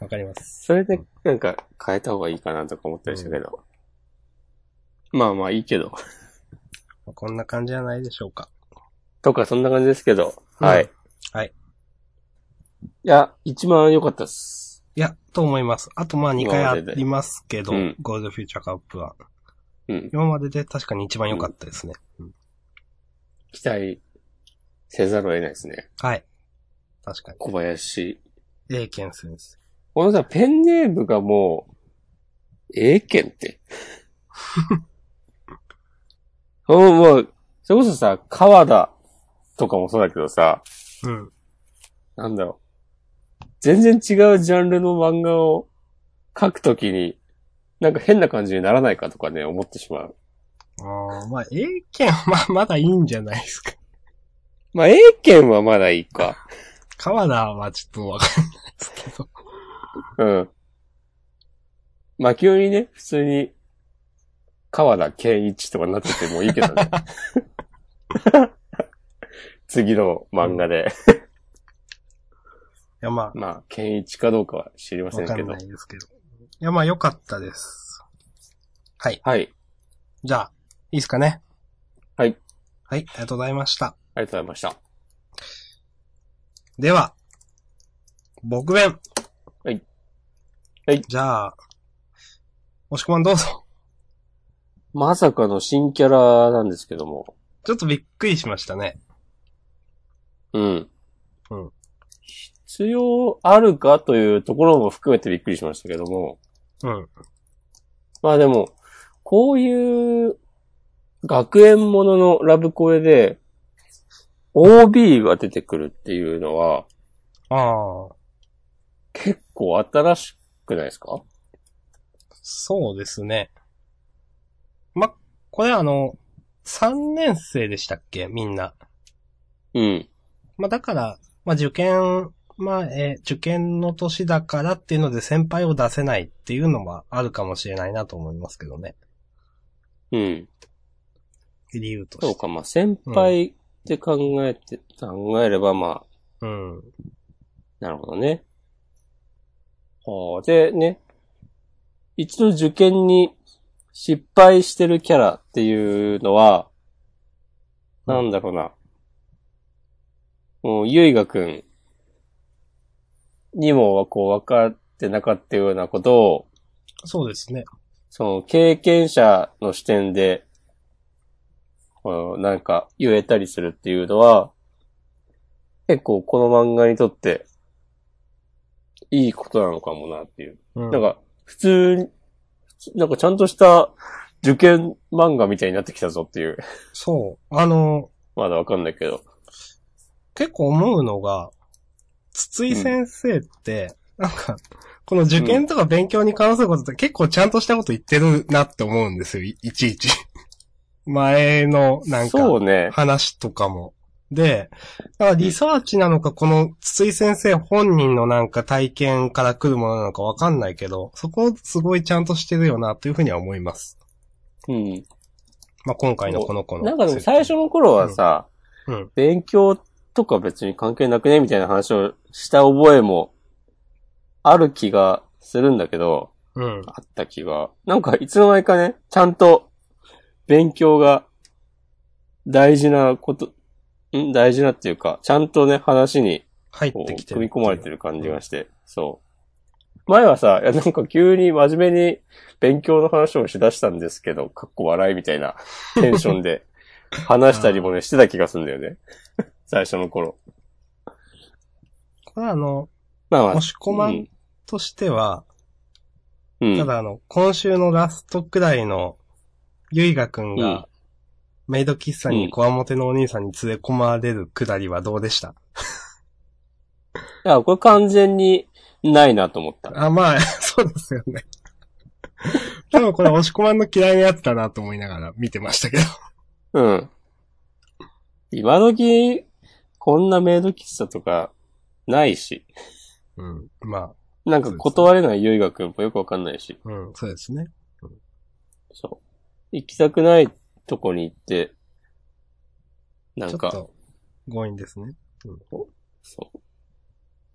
わかります。
それで、なんか、変えた方がいいかなとか思ったりしたけど。まあまあいいけど。
まあこんな感じじゃないでしょうか。
とか、そんな感じですけど。
うん
はい。
はい。
いや、一番良かったっす。
いや、と思います。あとまあ2回あ
今までで
りますけど、
うん
ゴールドフューチャーカップは。
うん。
今までで確かに一番良かったですね。
期待せざるを得ないですね。
はい。確かに。
小林
A 剣先生。
このさ、ペンネームがもう、ええけんって。もう、もう、それこそさ、川田とかもそうだけどさ、
うん。
なんだろう。全然違うジャンルの漫画を書くときに、なんか変な感じにならないかとかね、思ってしまう。
あーまあ A 剣はまあまだいいんじゃないですか。
まあ、ええけんはまだいいか。
川田はちょっとわかんないですけど。
うん。まあ、急にね、普通に、川田健一とかになっててもいいけどね。 次の漫画で。
いやま
まあ、健一かどうかは知りま
あ、
せ
わ
ん
か
け
ん
ど
な。いですけど。いやまあ良かったです。はい。
はい。
じゃあ、いいですかね。
はい。
はい、ありがとうございました。
ありがとうございました。あ
では、僕弁。
はい。はい
じゃあ、押し込まんどうぞ。
まさかの新キャラなんですけども。
ちょっとびっくりしましたね。
うん。
うん
必要あるかというところも含めてびっくりしましたけども。
うん。
まあでも、こういう学園もののラブコエで、OB が出てくるっていうのは、
ああ、
結構新しくないですか
そうですね。ま、これあの、3年生でしたっけみんな。
うん。
ま、だから、ま、受験まあ、えー受験の年だからっていうので先輩を出せないっていうのはあるかもしれないなと思いますけどね。
うん。
理由として。
そうか、まあ、先輩って考えて、考えれば、まあ、
うん。
なるほどね。ああ、で、ね。一度受験に失敗してるキャラっていうのは、
うん
なんだろうな。もう、ゆいがくんにも、こう、分かってなかったようなことを、
そうですね。
その経験者の視点で、こうなんか言えたりするっていうのは、結構この漫画にとって、いいことなのかもなっていう。
うん。
なんか、普通に、なんかちゃんとした受験漫画みたいになってきたぞっていう。
そう。あの、
まだわかんないけど。
結構思うのが、筒井先生って、なんか、この受験とか勉強に関することって結構ちゃんとしたこと言ってるなって思うんですよ、いいちいち。 前の、なん
そ
か、
うね。
話とかも。で、だからリサーチなのか、この筒井先生本人のなんか体験から来るものなのかわかんないけど、そこをすごいちゃんとしてるよな、というふうには思います。
うん。
まあ、今回のこの子の。
なんかでも最初の頃はさ、
うん
勉強とか別に関係なくねみたいな話をした覚えもある気がするんだけど、
うん。
あった気が。なんかいつの間にかね、ちゃんと勉強が大事なこと、ん大事なっていうか、ちゃんとね、話に
入っ
こ
て
う
きてる。
組み込まれてる感じがして、そう。前はさ、いやなんか急に真面目に勉強の話をしだしたんですけど、かっこ笑いみたいなテンション で話したりもね、してた気がするんだよね。 最初の頃。
これはあの、
まあまあ。
押し込ま
うんん。
としては、
うん
ただあの、今週のラストくらいの、ゆいがくん
うん
が、メイド喫茶にこわもてのお兄さんに連れ込まれるくだりはどうでした、
いや、これ完全にないなと思った。
あ、まあ、 そうですよね。 多分これ押し込まんの嫌いなやつだなと思いながら見てましたけど。
うん。今時、こんなメイド喫茶とか、ないし。
うん。ま
なんか断れない優雅くんもよくわかんないし。
あ、うん、そうですね。
そう。行きたくないとこに行って、な
ちょ
ん
っ
か、
と、強引ですね。
そう。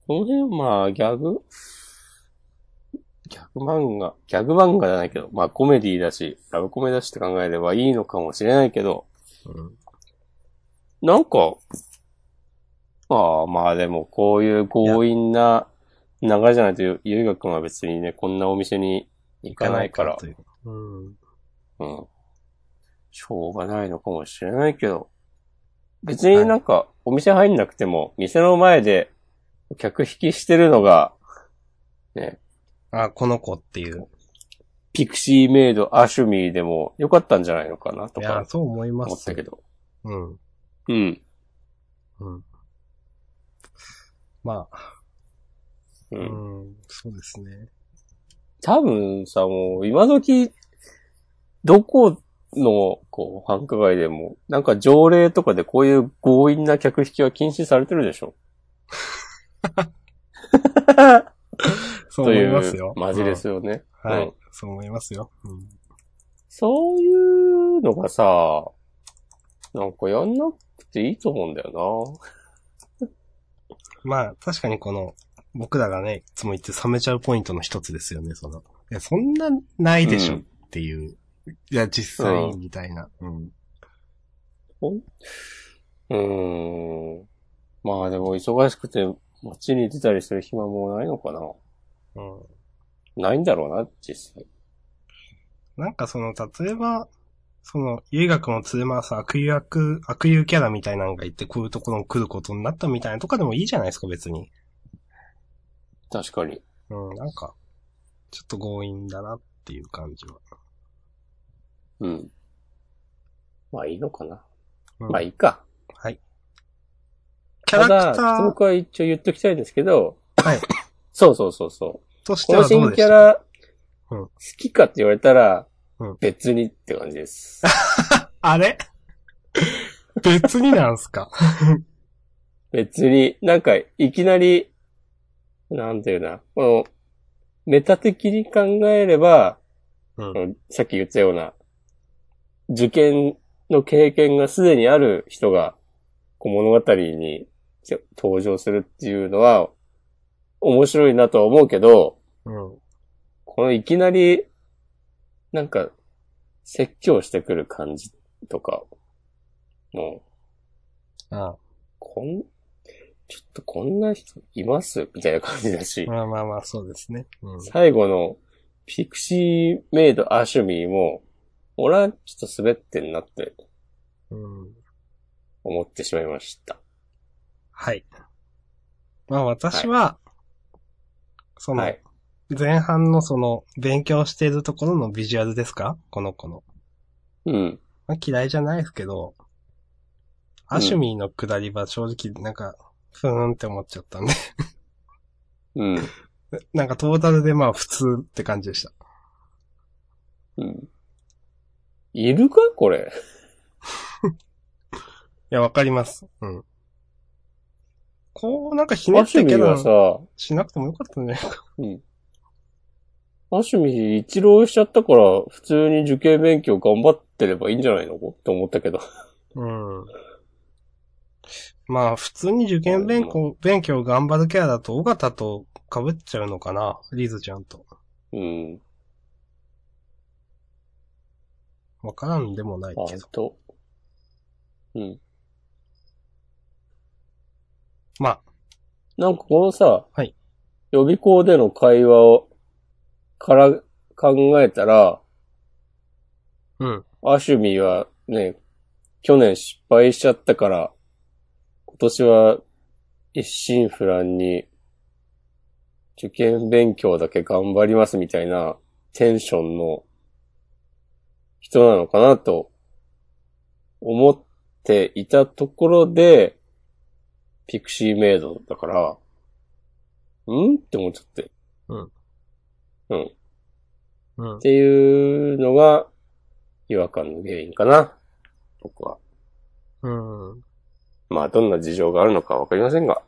この辺、まあ、ギャグ、ギャグ漫画、ギャグ漫画じゃないけど、まあ、コメディだし、ラブコメだしって考えればいいのかもしれないけど、
うん。
なんか、ああ、まあでも、こういう強引な流れじゃないと、ゆゆうがくんは別にね、こんなお店に行かないから、
という。うん。
うん。しょうがないのかもしれないけど、別になんか、お店入んなくても、店の前で、客引きしてるのが、ね、
あ、この子っていう。
ピクシーメイド、アシュミーでも良かったんじゃないのかな、と
いや
か、
そう思いま
思っ
す
た。けど。
うん。
うん。
うん。まあ、
う。
うんん、そうですね。
多分さ、もう、今時、どこの、こう、繁華街でも、なんか条例とかでこういう強引な客引きは禁止されてるでしょ
そう思いますよ。
というマジですよね。
うん。は
うん
い。そう思いますよ。うん。
そういうのがさ、なんかやんなくていいと思うんだよ
まあ、確かにこの、僕らがね、いつも言って冷めちゃうポイントの一つですよね、その。いや、そんな、ないでしょっていう。いや、実際、みたいな。うん。
な。うーん。まあでも忙しくて街に出たりする暇もないのかな。
うん。
ないんだろうな、実際。
なんかその、例えば、その、遊学の連れ回す悪友悪、悪友キャラみたいなのがいて、こういうところに来ることになったみたいなとかでもいいじゃないですか、別に。
確かに。
うん、なんか、ちょっと強引だなっていう感じは。
うん。まあいいのかな。
うん
まあいいか。
はい。キャラクタ
ただ、
ー
僕は一応言っときたいんですけど、
はい
そうそうそうそう。
として
この
はどう
新
で
キ
し
ャ
た
ラ、
うん
好きかって言われたら
うん、
別にって感じです。
あれ別になんすか
別に、なんか、いきなり、なんていうな、この、メタ的に考えれば、
うん
こ。のさっき言ったような、受験の経験がすでにある人が、こう物語にちょ登場するっていうのは、面白いなとは思うけど、
うん。
このいきなり、なんか、説教してくる感じとか、もう、
あ
こん、ちょっとこんな人いますみたいな感じだし
あ。、まあまあまあ、そうですね。うん。
最後の、ピクシーメイドアシュミーも、俺はちょっと滑ってんなって
うん。
思ってしまいました。
はい。まあ私は、その、
はい。
前半のその、勉強しているところのビジュアルですかこの子の。
うん。
まあ、嫌いじゃないですけど、
うん
アシュミーの下りは正直なんか、ふーんって思っちゃったんで。
うん。
なんかトータルでまあ普通って感じでした。
うん。いるかこれ。
いや、わかります。うん。こう、なんかひね
ア
っ
シ
て
ュミ
キ
ー
ャ
は
ラ
さ、
しなくてもよかったんじゃないか。
うん。アシュミー一浪しちゃったから、普通に受験勉強頑張ってればいいんじゃないのと思ったけど。
うん。まあ、普通に受験勉強、勉強頑張るキャラだと、尾形と被っちゃうのかなリーズちゃんと。
うん。
わからんでもない
あ
けど。
と。うん。
まあ、
なんかこのさ、
はい
予備校での会話を、から考えたら、
うん。
アシュミーはね、去年失敗しちゃったから、今年は一心不乱に受験勉強だけ頑張りますみたいなテンションの人なのかなと思っていたところで、ピクシーメイドだから、んって思っちゃって。
うん。
うん。
うん
っ。ていうのが違和感の原因かな。僕は。
うん。
まあ、どんな事情があるのかわかりませんが。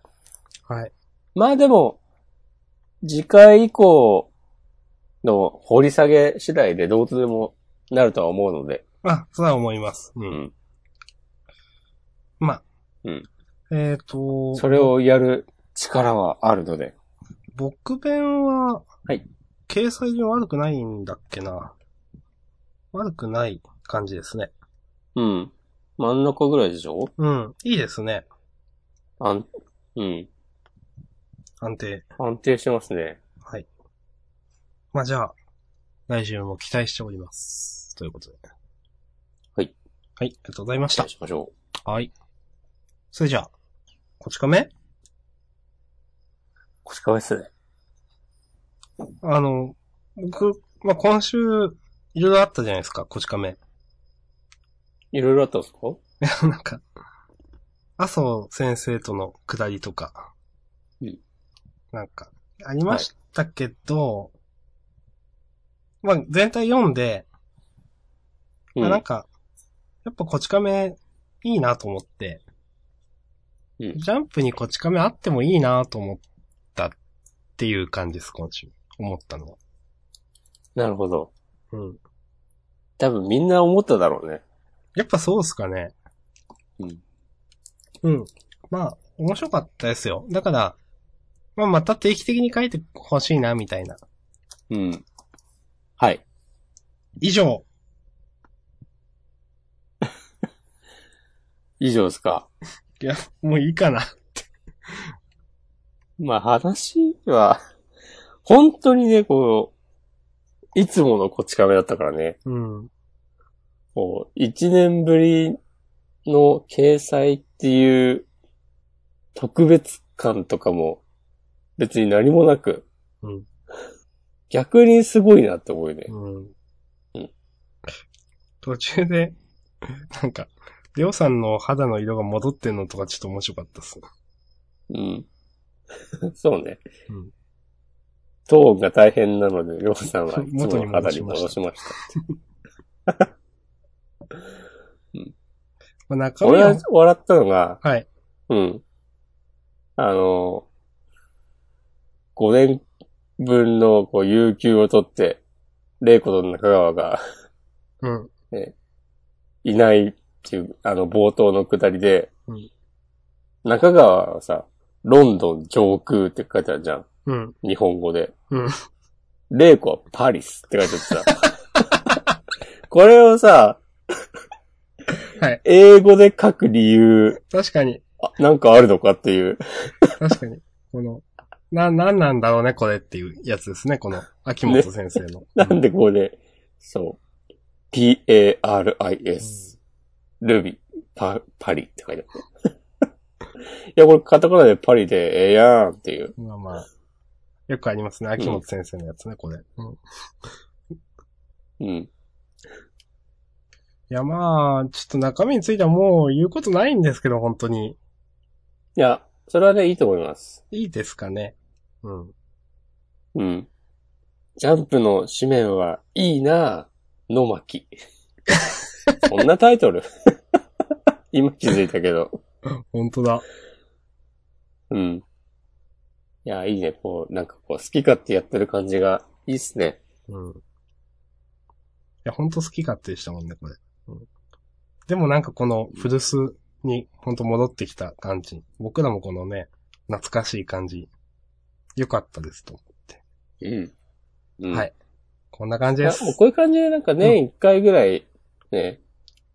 はい。
まあでも、次回以降の掘り下げ次第でどうとでもなるとは思うので。
まあ、そうは思います。
う
う。
んん。
まあ。
うん。
えっ、と、
それをやる力はあるので。
僕弁
は
は、
い。
掲載上悪くないんだっけな。悪くない感じですね。
うん。真ん中ぐらいでしょ
うん。いいですね。
あん、うん。
安定。
安定してますね。
はい。まあじゃあ、来週も期待しております。ということで。
はい。
はい、ありがとうございまし
期
た
待。しましょ
はい。それじゃあ、こち亀
う。こち亀っすね。
あの、僕、まあ今週、いろいろあったじゃないですか、こち亀。
いろいろあったんですか
なんか、麻生先生とのくだりとか、
うん
なんか、ありましたけど、まあ、全体読んで、
う
あなん
ん。
か、やっぱこち亀いいなと思って、
うん
ジャンプにこち亀あってもいいなと思ったっていう感じです、今週。思ったのは。
なるほど。
うん。
多分みんな思っただろうね。
やっぱそうっすかね。
うん。
うん。まあ、面白かったですよ。だから、まあまた定期的に書いてほしいな、みたいな。
うん。はい。
以上。
以上ですか。
いや、もういいかな。
まあ話は、 本当にね、こう、いつものこち亀だったからね、
うん。
こう、一年ぶりの掲載っていう特別感とかも別に何もなく、
うん
逆にすごいなって思うね。
うん
うん。
途中で、なんか、りょうさんの肌の色が戻ってんのとかちょっと面白かったっす。
うん。 そうね。
うん
トーンが大変なので、りょうさんはいつも
元に
の肌
戻し
に
ま
戻
した
しました。
まあ、中身
俺
は
は、笑ったのが、
はい。
うん。あの、 5年分のこう有給を取って、レイコと中川が
うん。
いないっていう、あの冒頭のくだりで、
うん
中川はさ、ロンドン上空って書いてあるじゃん。
うん。
日本語で。
うん。
レイコはパリスって書いてあってさ。 これをさ、
はい
英語で書く理由、
確かに、
あなんかあるのかっていう。
確かに。この、な、なんなんだろうね、これっていうやつですね、この、秋元先生の。
なんでここで、そう。P-A-R-I-S。ルビ、パ、パリって書いてあって。い や、これカタカナでパリでええやんっていう。
まあまあ、よくありますね、秋元先生のやつね、これ。うん。い
うん。
やまあ、ちょっと中身についてはもう言うことないんですけど、本当に。
いや、それはね、いいと思います。
いいですかね。うん。
うん。ジャンプの紙面はいいなぁ、野巻。 こんなタイトル 今気づいたけど。
本当だ。
うん。いや、いいね。こう、なんかこう、好き勝手やってる感じがいいっすね。
うん。いや、本当好き勝手でしたもんね、これ。うん。でもなんかこの古巣に本当戻ってきた感じ。僕らもこのね、懐かしい感じ。良かったですと。
うん。うん、
はいこんな感
い
じで
や、
す。
もうこういう感じでなんか年一回ぐらい、ね、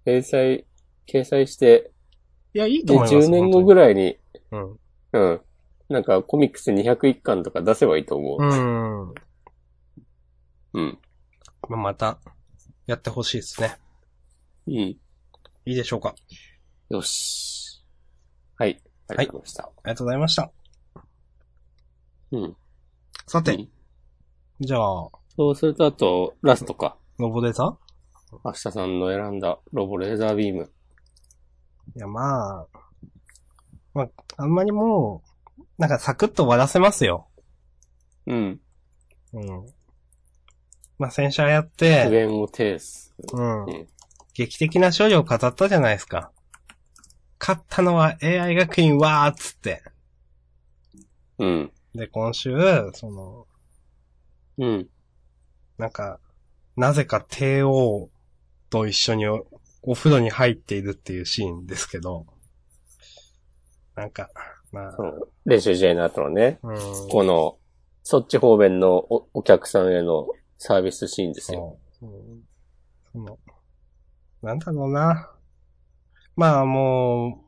掲載、掲載して、
いや、いいと
で、
思います。
10年後ぐ
らい。
らいに、
うん。
うん。なんかコミックス201巻とか出せばいいと思う。
うん。
うん。
まあ、また、やってほしいですね。
うん。
いいでしょうか。
よし。はい。ありがとうございました。
ありがとうございました。
うん。
さて、
うん
じゃあ、
そうすると、あと、ラストか。
ロボデザ
明日さんの選んだロボレーザービーム。
いや、まあ、まあ、あんまりもう、なんかサクッと終わらせますよ。
うん。
うん。まあ、洗車やっ
苦
て、
言を呈す。
うん
うん。
劇的な勝利を飾ったじゃないですか。勝ったのは AI 学院わーっつって。
うん。
で、今週、その、
うん。
なんか、なぜか帝王と一緒におお風呂に入っているっていうシーンですけど、なんか、まあ
そ、の、練習試合の後のね、
うん。
この、そっち方面のおお客さんへのサービスシーンですよ。
そう。うんその、なんだろうな。まあも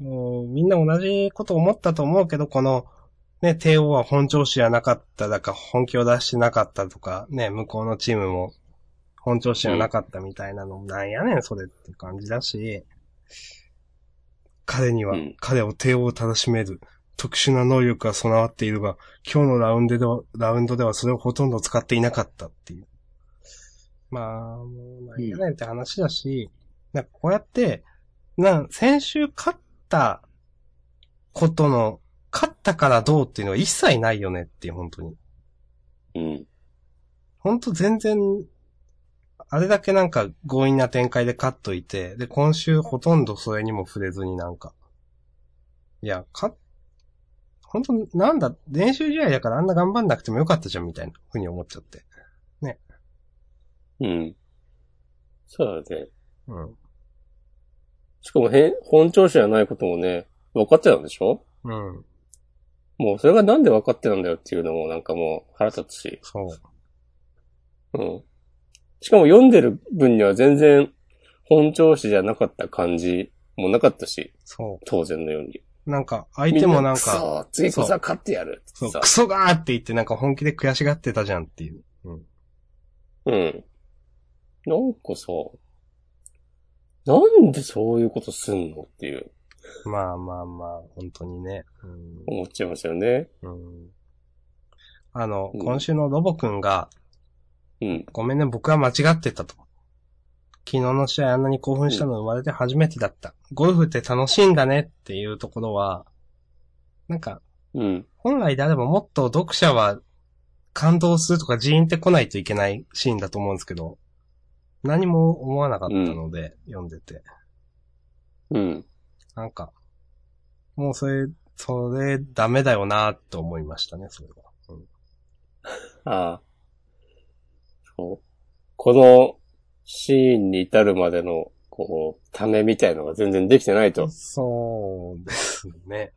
う、もうみんな同じこと思ったと思うけど、この、ね、帝王は本調子じゃなかっただか、本気を出してなかったとか、ね、向こうのチームも本調子じゃなかったみたいなの、なんやねん、それって感じだし、彼には、
うん
彼を帝王を楽しめる特殊な能力が備わっているが、今日のラウンドでは、ラウンドではそれをほとんど使っていなかったっていう。まあ、もう、なんやねんって話だし、なんかこうやって、なん、先週勝ったことの、勝ったからどうっていうのは一切ないよねっていう、本当に。
うん。
本当全然、あれだけなんか強引な展開で勝っといて、で、今週ほとんどそれにも触れずになんか。いや、か、本当なんだ、練習試合だからあんな頑張んなくてもよかったじゃんみたいな風に思っちゃって。
うん。そうだね。
うん。
しかも、へん本調子じゃないこともね、分かってたんでしょ
うん。
もう、それがなんで分かってたんだよっていうのも、なんかもう、腹立つし。
そう。
うん。しかも、読んでる分には全然、本調子じゃなかった感じもなかったし、
そ
当然のように。
う。なんか、相手もなん
み
か、
なくそ次こそは勝ってやるって
そう
さ
クソがーって言ってなんか本気で悔しがってたじゃんっていう。
うん。なんかさ、なんでそういうことすんのっていう、
まあまあまあ、本当にね。うん
思っちゃいますよね。
うんあの、
うん
今週のロボくんが、
うん。
ごめんね、僕は間違ってたと。昨日の試合あんなに興奮したの生まれて初めてだった。ゴルフって楽しいんだねっていうところは、なんか、
うん。
本来であればもっと読者は感動するとかジーンって来ないといけないシーンだと思うんですけど、何も思わなかったので、読んでて。
うん。
なんか、もうそれ、それダメだよなと思いましたね、それは。
ああ。そう。このシーンに至るまでの、こう、ためみたいのが全然できてないと。
そうですね。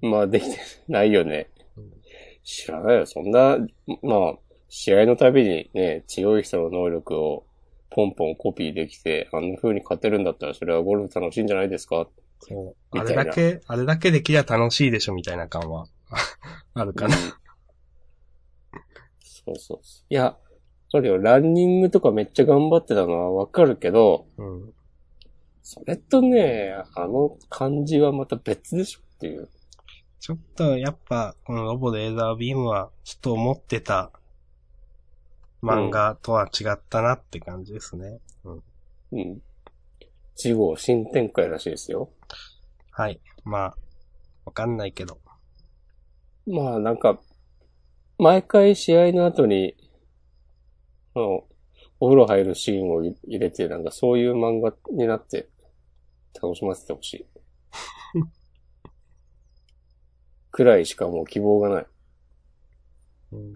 まあ、できてないよね。知らないよ。そんな、まあ、試合のたびにね、強い人の能力をポンポンコピーできて、あんな風に勝てるんだったらそれはゴルフ楽しいんじゃないですか
そう。
み
あ
たい
れ
な
だけ、あれだけできりゃ楽しいでしょみたいな感は、 あるかな。
そうそうそう。いや、それよ、ランニングとかめっちゃ頑張ってたのはわかるけど、
うん。
それとね、あの感じはまた別でしょっていう。
ちょっと、やっぱ、このロボレーザービームは、ちょっと思ってた漫画とは違ったなって感じですね。
うん。事後新展開らしいですよ。
はい。まあ、わかんないけど。
まあなんか、毎回試合の後に、あの、お風呂入るシーンを入入れて、なんかそういう漫画になって、楽しませてほしい。くらいしかもう希望がない。
うん。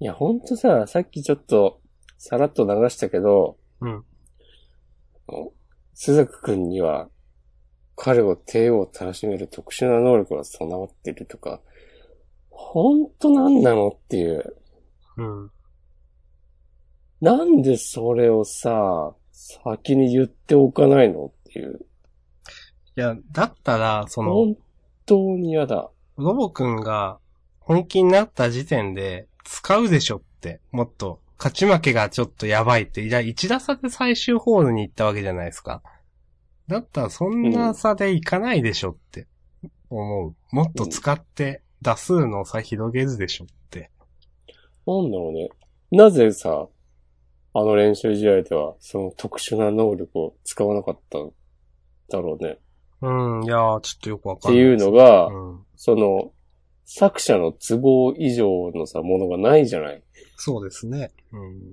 いや、ほんとさ、さっきちょっと、さらっと流したけど、
うん
あの。鈴くくんには、彼を帝王をたらしめる特殊な能力が備わっているとか、ほんとなんなのっていう。
うん。
なんでそれをさ、先に言っておかないのっていう。
いや、だったら、その、
本当に嫌だ。
ロボくんが本気になった時点で使うでしょって、もっと勝ち負けがちょっとやばいって、じゃあ1打差で最終ホールに行ったわけじゃないですか。だったらそんな差でいかないでしょって思う。もっと使って打数の差広げるでしょって。
なんだろうね。なぜさ、あの練習試合では、その特殊な能力を使わなかったんだろうね。
うん、いやーちょっとよくわ
って
かんない
い
で
う
す。
のが、
うん。
その、作者の都合以上のさ、ものがないじゃない。
そうですね。うん。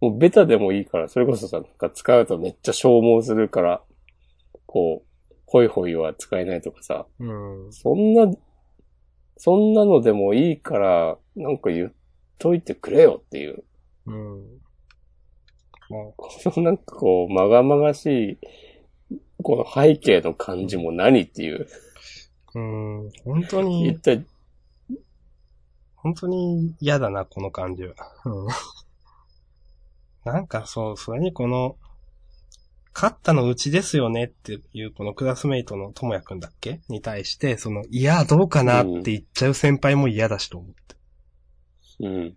もうベタでもいいから、それこそさ、なんか使うとめっちゃ消耗するから、こう、ホイホイは使えないとかさ、
うん。
そんな、そんなのでもいいから、なんか言っといてくれよっていう、
うん。まあ
このなんかこう、まがまがしい、この背景の感じも何っていう、
うん、本当
一
に、
体、
本当に嫌だな、この感じは。うんなんかそう、それにこの、勝ったのうちですよねっていう、このクラスメイトのともやくんだっけに対して、その、いや、どうかなって言っちゃう先輩も嫌だしと思って。
うん。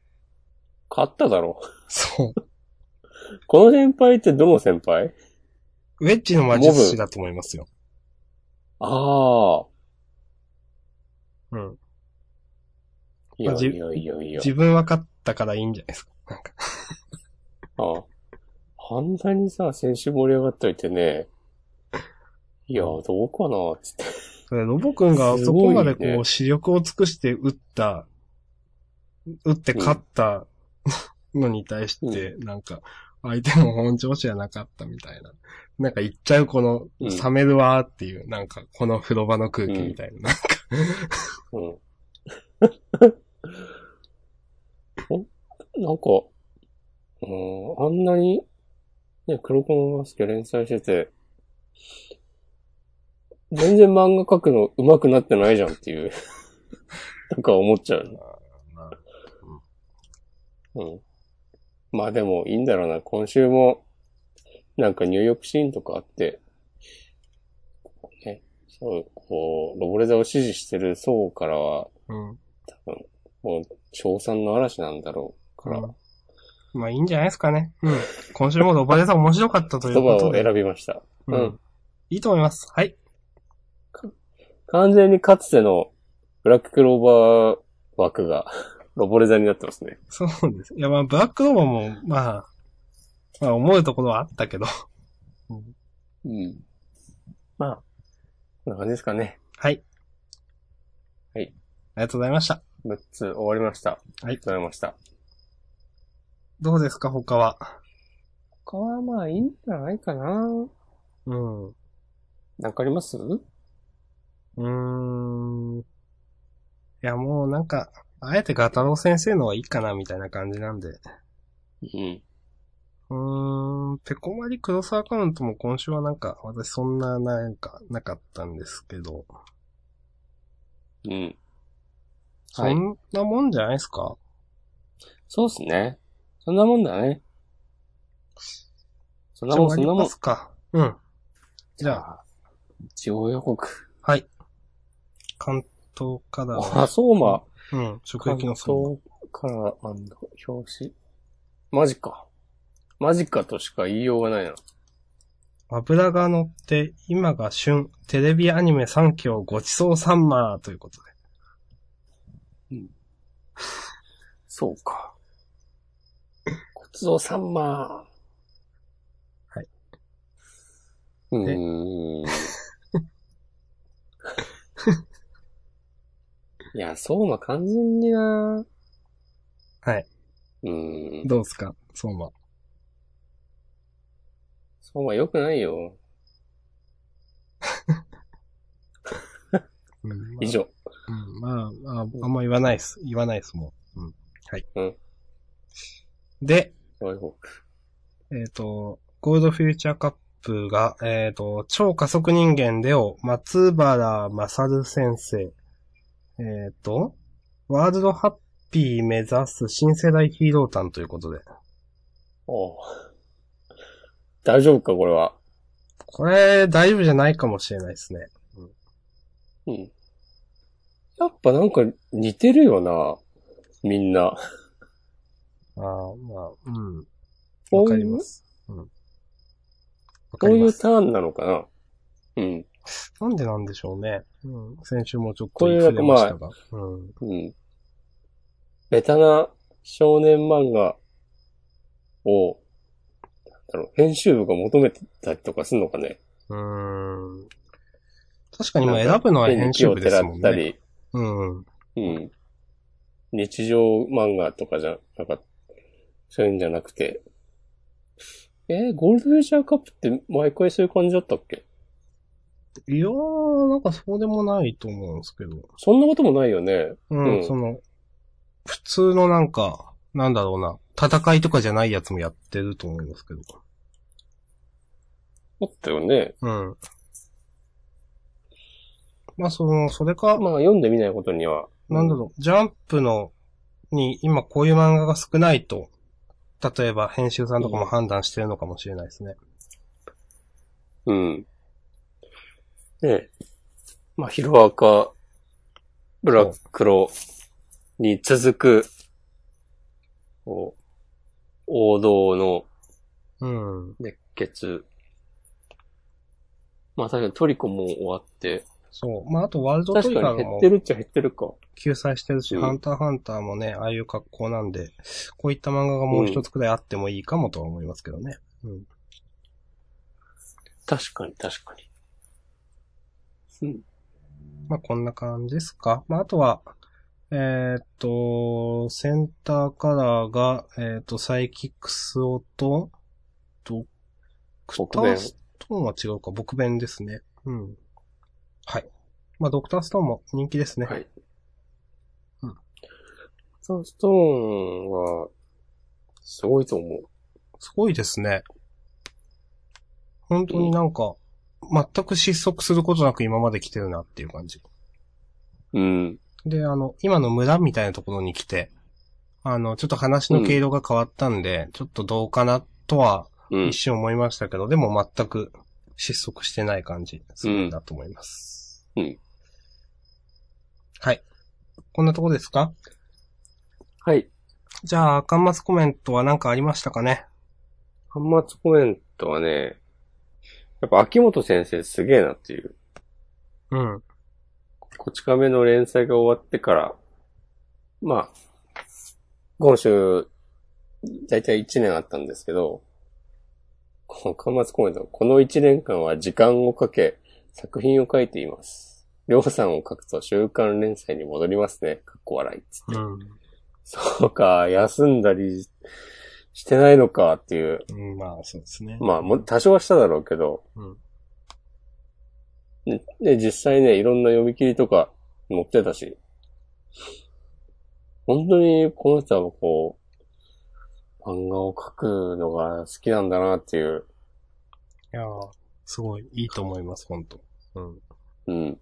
勝っただろ。
そう。
この先輩ってどの先輩
ウェッジの魔術師だと思いますよ。
ああ。
うん。
いや
まあ
い
じ
やいやいや。
自分は勝ったからいいんじゃないですか。なんか。
ああんなにさ、先週盛り上がっといてね。いや、どうかな、つって。
それロボくんが
す
そ
ご
こ
いね
までこう、視力を尽くして打った、打って勝ったのに対して、なんか、相手も本調子じゃなかったみたいな。なんか言っちゃうこの、
うん
冷めるわーっていう、なんか、この風呂場の空気みたいな。なんか、
うん。 おなんか、うん、あんなに、ね、黒子のバスケ連載してて、全然漫画描くの上手くなってないじゃんっていう、なんか思っちゃう。うん。まあでもいいんだろうな。今週も、なんか入浴シーンとかあって、こうね、そう、こう、ロボレザを支持してる層からは、
うん。
もう、賞賛の嵐なんだろうから、
まあいいんじゃないですかね。うん。今週もロバレさん面白かったという
言葉
こと
を
で。
選びました。う
うんん。いいと思います。はい。
完全にかつての、ブラッククローバー枠が、 ロボレザになってますね。
そうです。いやまあ、ブラックロボも、まあ、まあ思うところはあったけど。
うん。まあ、こんな感じですかね。
はい。
はい。
ありがとうございました。
6つ終わりました。
はい
ありがとうございました。
どうですか、他は。
他はまあいいんじゃないかな。
うん。う
なんかあります
ーん。えや、もうなんか、あえてガタロウ先生のはいいかな、みたいな感じなんで。
うん。
うーん、ペコマリクロスアカウントも今週はなんか、私そんななんか、なかったんですけど。
うん。
そ
はい
んなもんじゃないですか、
そうっすね。そんなもんだね。そんなもん、そん
じ
な
ゃあ終わり
も
ま
ん
す。か。うん。じゃあ、
あ。地方予告。
はい。関東からは、
あ、そうま。
うん、職域のそう。
関東からあの表紙。マジか。マジかとしか言いようがないな。
油が乗って、今が旬、テレビアニメ3期をごちそうサンマーということで。
そうか。ごちそうさんま。
はい
うーん。 いや、そうま肝心にな
はい。
うん。
どうですか相馬。
そうま良くないよ。
うん、
以上。
うん、まあ、あ、あんま言わないです。言わないです、もう。うん。はい。
うん
で、
そういう方
えっ、と、ゴールドフューチャーカップが、えっ、と、超加速人間でを、松原勝先生。えっ、と、ワールドハッピー目指す新世代ヒーロータンということで。
おう大丈夫か、これは。
これ、大丈夫じゃないかもしれないですね。
うん。やっぱなんか似てるよな。みんな。
ああ、まあ、うん。
こ
わ
う
か
い
り
う
ま、す。うん。わか
こう
り
い
ま
う
す。
ターンなのかな。うん。
なんでなんでしょうね。うん。先週もちょっと
こういう
触れましたが。うん。
うん。ベタな少年漫画を、なんだろう、編集部が求めてたりとかするのかね。
うーん。確かにもう選ぶのは編集部ですもん
手に気を照らったり、
ね。うん。
うん。日常漫画とかじゃ、なんか、そういうんじゃなくて。えーゴールドフューチャーカップって毎回そういう感じだったっけ
いやー、なんかそうでもないと思うんですけど。
そんなこともないよね。
うん、
うん
その、普通のなんか、なんだろうな、戦いとかじゃないやつもやってると思いますけど。
あったよね。
うん。まあ、その、それか、
まあ読んでみないことには。
なんだろう、ジャンプの、に今こういう漫画が少ないと、例えば編集さんとかも判断してるのかもしれないですね。
うん。ねえ。まあ、ヒロアカ、ブラックロに続く、こう王道の
うん。
熱血。まあ、確かにトリコも終わって、
そう。まあ、あとワールドト
確
リガ
かに
ー
減
も
ってるっちゃ減ってるか。
救済してるし、
うん
ハンターハンターもね、ああいう格好なんで、こういった漫画がもう一つくらいあってもいいかもとは思いますけどね。
確かに、確かに。うん。
まあ、こんな感じですか。まあ、あとは、えーっと、センターカラーが、えーっと、サイキックスオと、ドクタ
僕
ー
弁
ストーンは違うか、僕弁ですね。うん。はい。まあ、ドクターストーンも人気ですね。
はい。
うん
サンストーンは、すごいと思う。
すごいですね。本当になんか、全く失速することなく今まで来てるなっていう感じ。
うん。
で、あの、今の村みたいなところに来て、あの、ちょっと話の経路が変わったんで、ちょっとどうかなとは
うん
一。瞬思いましたけど、でも全く失速してない感じ、するんだと思います。
うん
はい。こんなとこですか
はい。
じゃあ、巻末コメントは何かありましたかね
端末コメントはね、やっぱ秋元先生すげえなっていう。
うん。
こち亀の連載が終わってから、まあ、今週、だいたい1年あったんですけど、この端末コメント、この1年間は時間をかけ、作品を書いています。りょうさんを書くと週刊連載に戻りますね。かっこ笑いっつって。
うん。
そうか、休んだりしてないのかっていう。
うん、まあ、そうですね。
まあ、も、多少はしただろうけど、
うん
ね、ね実際ね、いろんな読み切りとか載ってたし、本当にこの人はこう、漫画を描くのが好きなんだなっていう、
いやーすごいいいと思います、本当うん。
うん。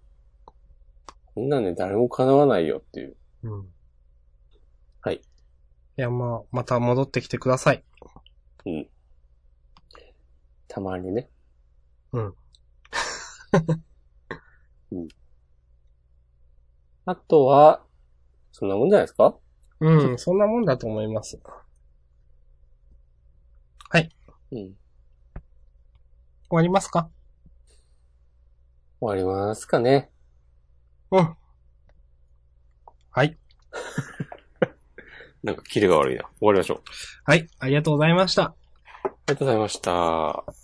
こんなんで誰も叶わないよっていう。
うん。
はい。
いや、まあ、また戻ってきてください。
たまにね。
うん。
うん。あとは、そんなもんじゃないですか
うん、そんなもんだと思います。
うん。終
終わりますか
わりますかね。
うん。
なんかキレが悪いな。終わりましょう。
はい、ありがとうございました。
ありがとうございました。